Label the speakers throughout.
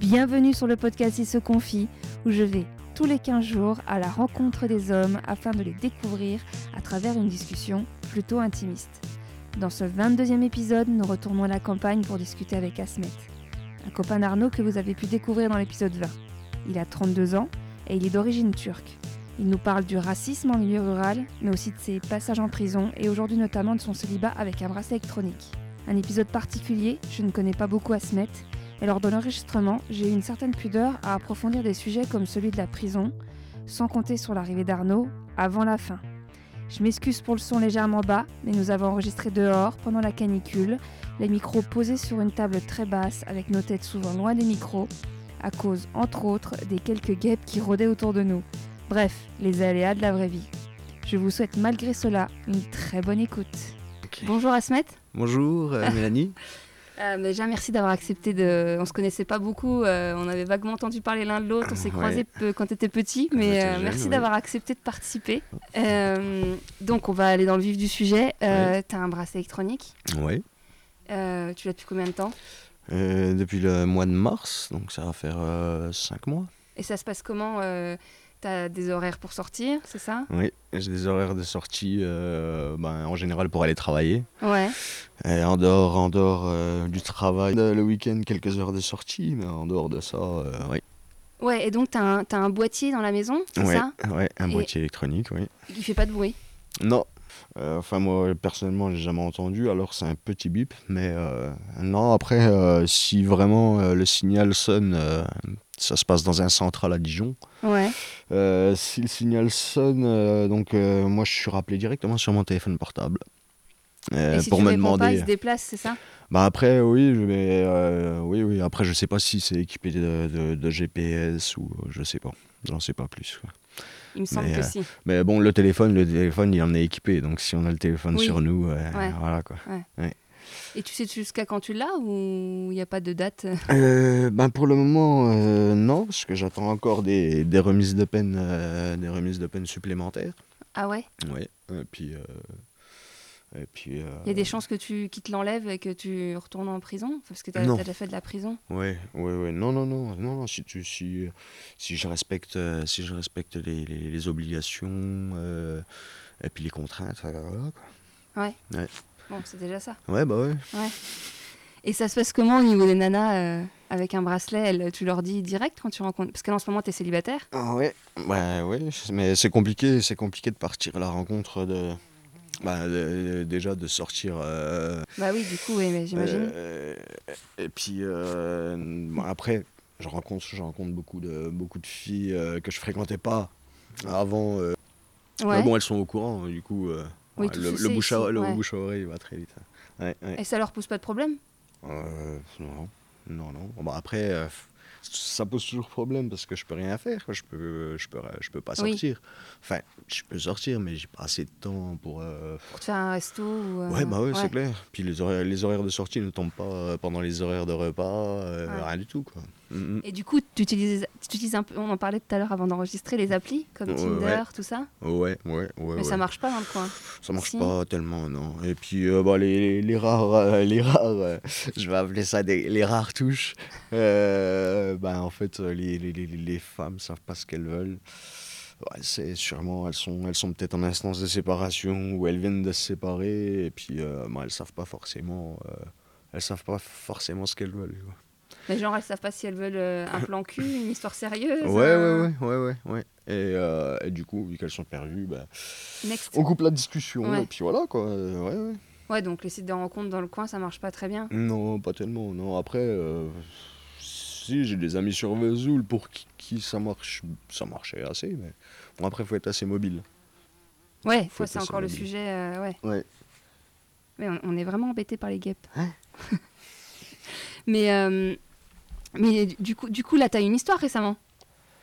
Speaker 1: bienvenue sur le podcast Il se confie, où je vais tous les 15 jours à la rencontre des hommes afin de les découvrir à travers une discussion plutôt intimiste. Dans ce 22e épisode, nous retournons à la campagne pour discuter avec Asmet, un copain d'Arnaud que vous avez pu découvrir dans l'épisode 20. Il a 32 ans et il est d'origine turque. Il nous parle du racisme en milieu rural, mais aussi de ses passages en prison et aujourd'hui notamment de son célibat avec un bracelet électronique. Un épisode particulier, je ne connais pas beaucoup Asmet, et lors de l'enregistrement, j'ai eu une certaine pudeur à approfondir des sujets comme celui de la prison, sans compter sur l'arrivée d'Arnaud avant la fin. Je m'excuse pour le son légèrement bas, mais nous avons enregistré dehors pendant la canicule, les micros posés sur une table très basse avec nos têtes souvent loin des micros, à cause entre autres des quelques guêpes qui rôdaient autour de nous. Bref, les aléas de la vraie vie. Je vous souhaite malgré cela une très bonne écoute.
Speaker 2: Ok.
Speaker 1: Bonjour Asmet.
Speaker 2: Bonjour euh, Mélanie.
Speaker 1: Euh, mais déjà, merci d'avoir accepté de. On se connaissait pas beaucoup, euh, on avait vaguement entendu parler l'un de l'autre, on s'est
Speaker 2: Ouais.
Speaker 1: croisés peu- quand tu étais petit,
Speaker 2: j'étais
Speaker 1: mais euh,
Speaker 2: jeune,
Speaker 1: merci
Speaker 2: ouais.
Speaker 1: d'avoir accepté de participer. Euh, donc, on va aller dans le vif du sujet. Euh, Tu as un bracelet électronique,
Speaker 2: ouais.
Speaker 1: Euh, tu l'as depuis combien de temps
Speaker 2: Euh, depuis le mois de mars, donc ça va faire 5 mois.
Speaker 1: Et ça se passe comment Tu as des horaires pour sortir, c'est ça
Speaker 2: Oui, j'ai des horaires de sortie euh, ben, en général pour aller travailler.
Speaker 1: Ouais.
Speaker 2: Et en dehors, en dehors euh, du travail, euh, le week-end, quelques heures de sortie, mais en dehors de ça, euh, oui.
Speaker 1: Ouais, et donc, tu as, un boîtier dans la maison, c'est
Speaker 2: Ouais,
Speaker 1: ça
Speaker 2: ouais, un
Speaker 1: Et-
Speaker 2: boîtier électronique, oui.
Speaker 1: Il fait pas de bruit.
Speaker 2: Non. Euh, Enfin, moi, personnellement, j'ai jamais entendu, alors c'est un petit bip. Mais euh, non, après, euh, si vraiment euh, le signal sonne, euh, ça se passe dans un central à Dijon.
Speaker 1: Ouais.
Speaker 2: Euh, si le signal sonne, euh, donc euh, moi je suis rappelé directement sur mon téléphone portable. Euh,
Speaker 1: et si
Speaker 2: pour
Speaker 1: tu
Speaker 2: me
Speaker 1: réponds pas, il
Speaker 2: demander.
Speaker 1: se déplace, c'est ça
Speaker 2: Bah après oui, je- mais euh, oui oui. Après je sais pas si c'est équipé de, de- de GPS ou euh, je sais pas. J'en sais pas plus. quoi.
Speaker 1: Il me semble
Speaker 2: Mais,
Speaker 1: que
Speaker 2: euh,
Speaker 1: si.
Speaker 2: Mais bon le téléphone, le téléphone il en est équipé. Donc si on a le téléphone
Speaker 1: Oui.
Speaker 2: sur nous, euh,
Speaker 1: Ouais.
Speaker 2: voilà quoi.
Speaker 1: Et tu sais jusqu'à quand tu l'as ou il n'y a pas de date
Speaker 2: Euh, ben pour le moment euh, non, parce que j'attends encore des, des remises de peine, euh, des remises de peine supplémentaires.
Speaker 1: Ah ouais
Speaker 2: Ouais. Et puis. euh, et puis,
Speaker 1: Il y a des chances que tu qu'ils te l'enlèvent et que tu retournes en prison Parce que tu as,
Speaker 2: Non.
Speaker 1: déjà fait de la prison.
Speaker 2: Ouais, ouais, ouais. Non, non, non, non, non. Si tu, si, si je respecte, euh, si je respecte les, les, les obligations euh, et puis les contraintes, euh, voilà, quoi.
Speaker 1: Ouais.
Speaker 2: Ouais.
Speaker 1: Bon, c'est déjà ça.
Speaker 2: Ouais, bah ouais.
Speaker 1: Et ça se passe comment au niveau des nanas euh, avec un bracelet elles- Tu leur dis direct quand tu rencontres Parce que là en ce moment tu es célibataire.
Speaker 2: Ah ouais. Bah ouais. Mais c'est compliqué, c'est compliqué de partir à la rencontre de. Bah, de- déjà de sortir. euh,
Speaker 1: Bah oui, du coup, oui, mais j'imagine.
Speaker 2: euh, et puis euh, bon, après, je rencontre, je rencontre beaucoup de beaucoup de filles euh, que je fréquentais pas avant. euh,
Speaker 1: ouais.
Speaker 2: Mais bon, elles sont au courant, du coup, euh,
Speaker 1: Oui,
Speaker 2: ouais,
Speaker 1: tout
Speaker 2: le,
Speaker 1: se
Speaker 2: le
Speaker 1: sait
Speaker 2: bouche à,
Speaker 1: ici,
Speaker 2: le
Speaker 1: ouais.
Speaker 2: bouche à oreille va très vite. hein. Ouais, ouais.
Speaker 1: Et ça leur pose pas de problème
Speaker 2: Euh, non, non, non. Bon, bah, après, euh, ça pose toujours problème parce que je peux rien faire, quoi. je peux, je peux, je peux pas
Speaker 1: Oui.
Speaker 2: sortir. Enfin, je peux sortir, mais j'ai pas assez de temps pour. euh,
Speaker 1: Pour te faire un resto ou, euh,
Speaker 2: Ouais, bah ouais, c'est clair. Puis les horaires, les horaires de sortie ne tombent pas euh, pendant les horaires de repas, euh,
Speaker 1: Ouais.
Speaker 2: rien du tout, quoi. Mm, mm.
Speaker 1: Et du coup, tu utilises, tu utilises un peu, on en parlait tout à l'heure avant d'enregistrer, les applis comme
Speaker 2: Ouais,
Speaker 1: Tinder,
Speaker 2: ouais.
Speaker 1: tout ça.
Speaker 2: Ouais, ouais, ouais.
Speaker 1: mais
Speaker 2: ouais.
Speaker 1: ça marche pas dans le coin.
Speaker 2: Ça marche
Speaker 1: Si.
Speaker 2: pas tellement, non. Et puis, euh, bah, les, les, les rares, euh, les rares euh, je vais appeler ça des, les rares touches. Euh, bah, en fait, euh, les, les, les, les femmes savent pas ce qu'elles veulent. Ouais, c'est sûrement, elles sont, elles sont peut-être en instance de séparation ou elles viennent de se séparer. Et puis, euh, bah, elles savent pas forcément, euh, elles savent pas forcément ce qu'elles veulent. quoi.
Speaker 1: Les gens, elles savent pas si elles veulent euh, un plan cul, une histoire sérieuse.
Speaker 2: Ouais,
Speaker 1: un-
Speaker 2: ouais, ouais, ouais, ouais, ouais. Et, euh, et du coup, vu qu'elles sont perdues, bah,
Speaker 1: Next.
Speaker 2: on coupe la discussion.
Speaker 1: Ouais.
Speaker 2: Et puis voilà, quoi. Euh, Ouais, ouais.
Speaker 1: Ouais, donc les sites de rencontres dans le coin, ça marche pas très bien.
Speaker 2: Non, pas tellement. Non, après, euh, si j'ai des amis sur Vesoul pour qui, qui ça marche, ça marchait assez, mais bon, après faut être assez mobile.
Speaker 1: Ouais,
Speaker 2: Faut
Speaker 1: ouais, c'est
Speaker 2: passer
Speaker 1: encore le
Speaker 2: mobile.
Speaker 1: sujet. euh, ouais.
Speaker 2: Ouais.
Speaker 1: Mais on, on est vraiment embêté par les guêpes.
Speaker 2: Hein
Speaker 1: mais euh, mais du- du coup, du coup, là, t'as eu une histoire récemment.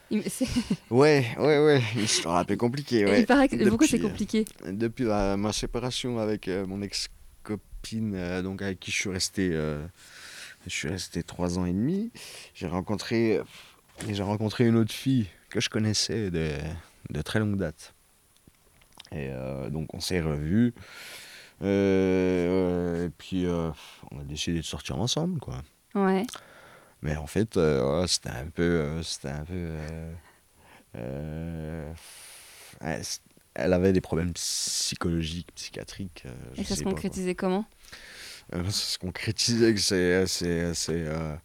Speaker 1: Il, c'est-
Speaker 2: Ouais, ouais, ouais. Histoire un peu compliquée.
Speaker 1: il
Speaker 2: Ouais.
Speaker 1: paraît que- pourquoi c'est
Speaker 2: Depuis, euh,
Speaker 1: compliqué
Speaker 2: Depuis la- ma séparation avec euh, mon ex copine, donc avec qui je suis resté, euh, je suis resté trois ans et demi, j'ai rencontré, et j'ai rencontré une autre fille que je connaissais de, de très longue date. Et euh, donc on s'est revus. Euh, euh, et puis euh, on a décidé de sortir ensemble, quoi.
Speaker 1: Ouais.
Speaker 2: Mais en fait, euh, voilà, c'était un peu. euh, c'était un peu euh, euh, elle, elle avait des problèmes psychologiques, psychiatriques. euh, je
Speaker 1: Et ça
Speaker 2: sais
Speaker 1: se
Speaker 2: pas, quoi.
Speaker 1: concrétisait comment
Speaker 2: Euh, ça se concrétisait que c'est c'est c'est euh,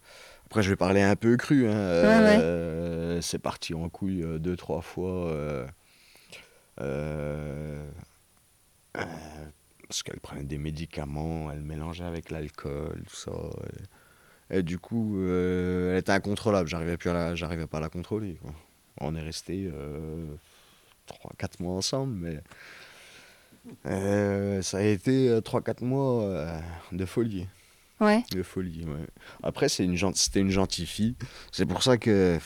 Speaker 2: après je vais parler un peu cru hein,
Speaker 1: ouais.
Speaker 2: euh, c'est parti en couille euh, deux trois fois euh, euh, euh, parce qu'elle prenait des médicaments elle mélangeait avec l'alcool tout ça et, et du coup euh, elle était incontrôlable j'arrivais plus à la- j'arrivais pas à la contrôler quoi. on est resté trois quatre mois ensemble mais euh, ça a été euh, trois quatre mois euh, de folie
Speaker 1: Ouais.
Speaker 2: de folie, ouais. Après, c'est une gen- c'était une gentille fille. C'est pour ça que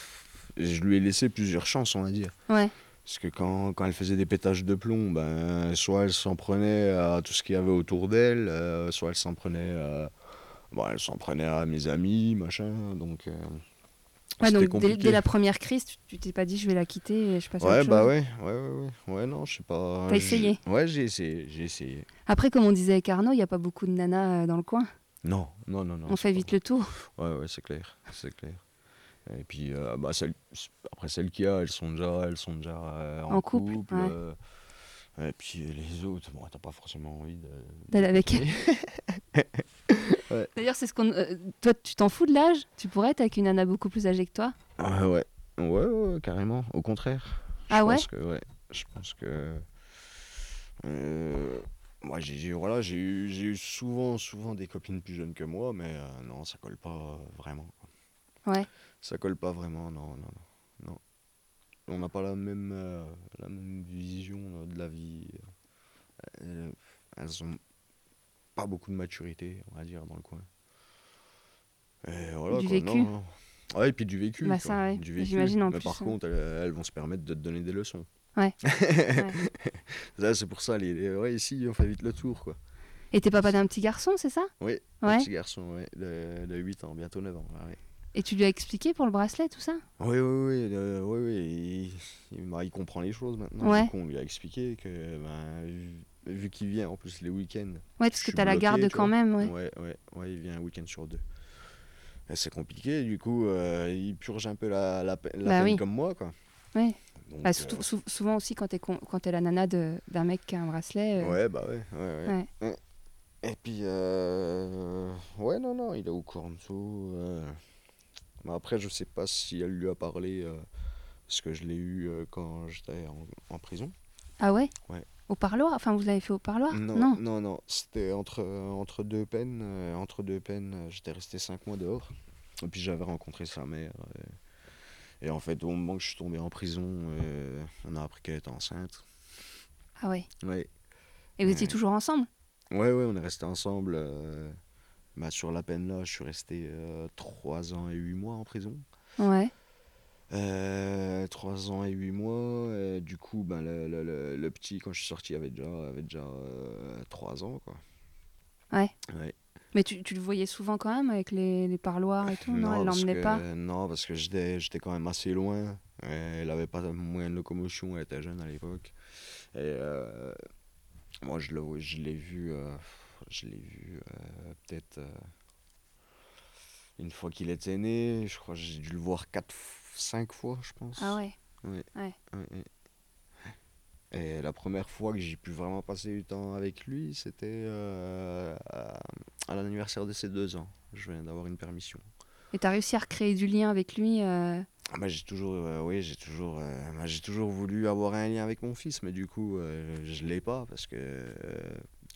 Speaker 2: je lui ai laissé plusieurs chances, on va dire.
Speaker 1: Ouais.
Speaker 2: Parce que quand, quand elle faisait des pétages de plomb, ben, soit elle s'en prenait à tout ce qu'il y avait autour d'elle, euh, soit elle s'en prenait, à- bon, elle s'en prenait à mes amis, machin. Donc, euh,
Speaker 1: Ouais,
Speaker 2: c'était
Speaker 1: donc dès,
Speaker 2: compliqué.
Speaker 1: dès la première crise, tu- tu t'es pas dit je vais la quitter et je passe à
Speaker 2: Ouais,
Speaker 1: autre
Speaker 2: bah
Speaker 1: chose.
Speaker 2: ouais, ouais, ouais, ouais, ouais, non, je sais pas.
Speaker 1: T'as
Speaker 2: j'ai-
Speaker 1: essayé
Speaker 2: Ouais, j'ai essayé, j'ai essayé.
Speaker 1: Après, comme on disait avec Arnaud, il n'y a pas beaucoup de nanas euh, dans le coin.
Speaker 2: Non, non, non, non.
Speaker 1: on
Speaker 2: c'est
Speaker 1: fait
Speaker 2: pas
Speaker 1: vite le tour.
Speaker 2: Ouais, ouais, c'est clair, c'est clair. Et puis, euh, bah, celles- après celles qu'il y a, elles sont déjà, elles sont déjà euh, en,
Speaker 1: En couple, ouais.
Speaker 2: euh, et puis euh, les autres, bon, t'as pas forcément envie de.
Speaker 1: D'aller avec elle.
Speaker 2: Ouais.
Speaker 1: D'ailleurs, c'est ce qu'on. euh, toi, tu t'en fous de l'âge Tu pourrais être avec une nana beaucoup plus âgée que toi
Speaker 2: Ah ouais, ouais, ouais, ouais, carrément. Au contraire. Je
Speaker 1: Ah ouais
Speaker 2: pense que, ouais. Je pense que. euh, moi, j'ai j'ai- voilà, j'ai eu, j'ai eu souvent, souvent des copines plus jeunes que moi, mais euh, non, ça colle pas euh, vraiment. quoi.
Speaker 1: Ouais.
Speaker 2: Ça colle pas vraiment, non, non, non. non. On n'a pas la même, euh, la même vision euh, de la vie. Euh, elles ont pas beaucoup de maturité, on va dire, dans le coin. Et voilà,
Speaker 1: Du
Speaker 2: quoi,
Speaker 1: vécu.
Speaker 2: non, non. Ouais, et puis du vécu.
Speaker 1: Bah
Speaker 2: quoi,
Speaker 1: ça, ouais.
Speaker 2: du vécu.
Speaker 1: J'imagine, en
Speaker 2: Mais
Speaker 1: plus,
Speaker 2: par
Speaker 1: euh.
Speaker 2: contre, elles, elles vont se permettre de te donner des leçons.
Speaker 1: Ouais.
Speaker 2: Ça, c'est pour ça, les, les- ouais, ici, on fait vite le tour, quoi.
Speaker 1: Et t'es papa d'un petit garçon, c'est ça
Speaker 2: Oui,
Speaker 1: Ouais.
Speaker 2: un petit garçon, ouais, de, de 8 ans, bientôt 9 ans. là, ouais.
Speaker 1: Et tu lui as expliqué pour le bracelet, tout ça
Speaker 2: Oui, oui, oui, euh, oui, oui, il, il- bah, il comprend les choses maintenant. Du
Speaker 1: Ouais.
Speaker 2: coup, on lui a expliqué que, ben, vu, vu qu'il vient en plus les week-ends,
Speaker 1: Ouais, parce
Speaker 2: Je
Speaker 1: que
Speaker 2: suis
Speaker 1: t'as la
Speaker 2: bloqué,
Speaker 1: garde
Speaker 2: tu
Speaker 1: quand
Speaker 2: vois.
Speaker 1: même, ouais.
Speaker 2: ouais. Ouais, ouais, il vient un week-end sur deux. Et C'est compliqué, du coup, euh, il purge un peu la, la, pe- la
Speaker 1: Bah
Speaker 2: peine
Speaker 1: oui.
Speaker 2: comme moi, quoi.
Speaker 1: Ouais.
Speaker 2: Donc,
Speaker 1: Bah,
Speaker 2: euh,
Speaker 1: surtout- sou- souvent aussi quand t'es con- quand t'es la nana de- d'un mec qui a un bracelet. euh,
Speaker 2: Ouais, bah ouais, ouais, ouais.
Speaker 1: ouais.
Speaker 2: Et puis, euh, ouais, non, non, il est au courant de tout. euh. Mais après, je sais pas si elle lui a parlé, euh, parce que je l'ai eu euh, quand j'étais en, en prison.
Speaker 1: Ah ouais
Speaker 2: Ouais.
Speaker 1: Au parloir Enfin, vous l'avez fait au parloir
Speaker 2: non, non, non, c'était entre, entre deux peines. euh, entre deux peines, euh, j'étais resté cinq mois dehors. Et puis, j'avais rencontré sa mère. euh, et en fait, au moment que je suis tombé en prison, euh, on a appris qu'elle était enceinte.
Speaker 1: Ah ouais.
Speaker 2: Ouais.
Speaker 1: Et vous étiez
Speaker 2: Ouais.
Speaker 1: toujours ensemble
Speaker 2: Ouais, ouais, on est resté ensemble. euh, bah, sur la peine là, je suis resté 3 ans et 8 mois en prison.
Speaker 1: Ouais.
Speaker 2: Euh, 3 ans et 8 mois. et du coup, ben, le, le- le- le petit, quand je suis sorti, avait déjà, avait déjà 3 ans. Quoi.
Speaker 1: Ouais.
Speaker 2: Ouais.
Speaker 1: Mais tu, tu le voyais souvent quand même avec les, les parloirs et tout Non, elle
Speaker 2: parce
Speaker 1: l'emmenait
Speaker 2: que-
Speaker 1: pas
Speaker 2: Non, parce que j'étais j'étais quand même assez loin. et Elle avait pas de moyen de locomotion, elle était jeune à l'époque. Et euh, moi, je le vois- je l'ai vu, euh, je l'ai vu euh, peut-être euh, une fois qu'il était né. Je crois que j'ai dû le voir 4, 5 fois, je pense.
Speaker 1: Ah ouais.
Speaker 2: Ouais, ouais. Et la première fois que j'ai pu vraiment passer du temps avec lui, c'était euh, à à l'anniversaire de ses deux ans. Je viens d'avoir une permission.
Speaker 1: Et t'as réussi à recréer du lien avec lui euh,
Speaker 2: Ah bah, j'ai toujours, euh, oui, j'ai toujours, euh, bah, j'ai toujours voulu avoir un lien avec mon fils, mais du coup, euh, je l'ai pas parce que euh,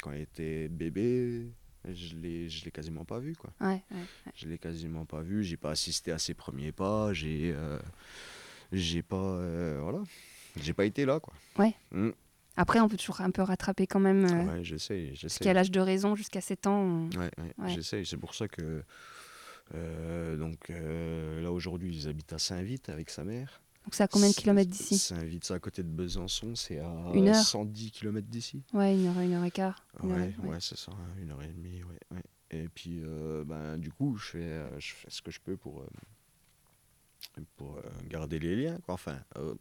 Speaker 2: quand il était bébé, je l'ai, je l'ai quasiment pas vu, quoi.
Speaker 1: Ouais, ouais.
Speaker 2: Je l'ai quasiment pas vu, j'ai pas assisté à ses premiers pas, j'ai, euh, j'ai pas, euh, voilà, j'ai pas été là, quoi.
Speaker 1: Après, on peut toujours un peu rattraper quand même. euh,
Speaker 2: Ouais, j'essaie,
Speaker 1: Parce
Speaker 2: j'essaie.
Speaker 1: qu'à l'âge de raison, jusqu'à 7 ans. on-
Speaker 2: Ouais, ouais,
Speaker 1: Ouais.
Speaker 2: j'essaye. C'est pour ça que. euh, donc euh, là aujourd'hui, ils habitent à Saint-Vite avec sa mère.
Speaker 1: Donc, c'est à combien de
Speaker 2: S-
Speaker 1: kilomètres d'ici
Speaker 2: Saint-Vite, c'est à côté de Besançon, c'est à
Speaker 1: Une heure.
Speaker 2: 110 km d'ici.
Speaker 1: Ouais, une heure, une heure et quart. une
Speaker 2: Ouais,
Speaker 1: heure
Speaker 2: ouais,
Speaker 1: et- ouais.
Speaker 2: c'est ça, hein, une heure et demie. Ouais, ouais. Et puis, euh, ben, du coup, je fais, euh, je fais ce que je peux pour, euh, pour euh, garder les liens. quoi. Enfin, euh,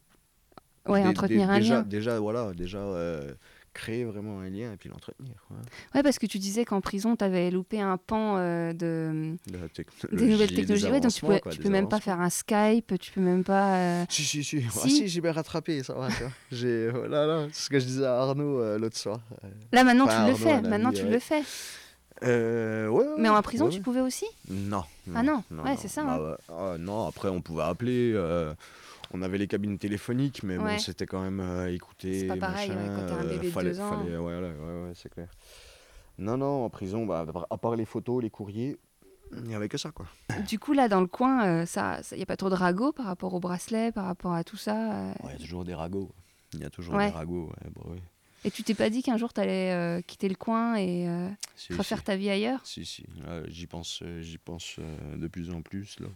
Speaker 1: Ouais,
Speaker 2: dé- dé-
Speaker 1: entretenir un
Speaker 2: déjà,
Speaker 1: lien.
Speaker 2: Déjà, voilà, déjà euh, créer vraiment un lien et puis l'entretenir. ouais.
Speaker 1: Ouais, parce que tu disais qu'en prison, tu avais loupé un pan euh, de,
Speaker 2: De la technologie,
Speaker 1: des nouvelles technologies. Ouais, donc tu
Speaker 2: avancements,
Speaker 1: peux,
Speaker 2: quoi,
Speaker 1: tu
Speaker 2: des
Speaker 1: peux même pas
Speaker 2: avancements.
Speaker 1: faire un Skype, tu peux même pas. euh,
Speaker 2: Si, si, si. Ah,
Speaker 1: Si.
Speaker 2: si, j'ai bien rattrapé, ça va. ça. J'ai, voilà, là, c'est ce que je disais à Arnaud euh, l'autre soir.
Speaker 1: Là, maintenant,
Speaker 2: Enfin,
Speaker 1: tu le
Speaker 2: Arnaud,
Speaker 1: fais.
Speaker 2: un ami,
Speaker 1: Maintenant, tu
Speaker 2: ouais.
Speaker 1: le fais.
Speaker 2: Euh, ouais, ouais,
Speaker 1: Mais en prison,
Speaker 2: ouais,
Speaker 1: tu
Speaker 2: ouais.
Speaker 1: pouvais aussi
Speaker 2: Non.
Speaker 1: Ah non, ouais, c'est ça,
Speaker 2: Bah
Speaker 1: hein.
Speaker 2: ouais. Ah non, après, on pouvait appeler. euh, on avait les cabines téléphoniques, mais
Speaker 1: Ouais.
Speaker 2: bon, c'était quand même euh, écouter.
Speaker 1: C'est pas pareil, ouais,
Speaker 2: machin, euh,
Speaker 1: quand t'as un bébé de
Speaker 2: fallait-
Speaker 1: deux ans. hein.
Speaker 2: fallait- ouais, ouais, ouais, ouais, c'est clair. Non, non, en prison, bah, à part les photos, les courriers, il n'y avait que ça, quoi.
Speaker 1: Du coup, là, dans le coin, euh, ça, il n'y a pas trop de ragots par rapport au bracelet, par rapport à tout ça. euh.
Speaker 2: Ouais, Il y a toujours des ragots. Il y a toujours
Speaker 1: Ouais.
Speaker 2: des ragots. ouais, bah oui.
Speaker 1: Et tu t'es pas dit qu'un jour, tu allais quitter le coin et euh,
Speaker 2: Si,
Speaker 1: refaire
Speaker 2: si.
Speaker 1: ta vie ailleurs
Speaker 2: Si, si, là, j'y pense, euh, j'y pense euh, de plus en plus, là.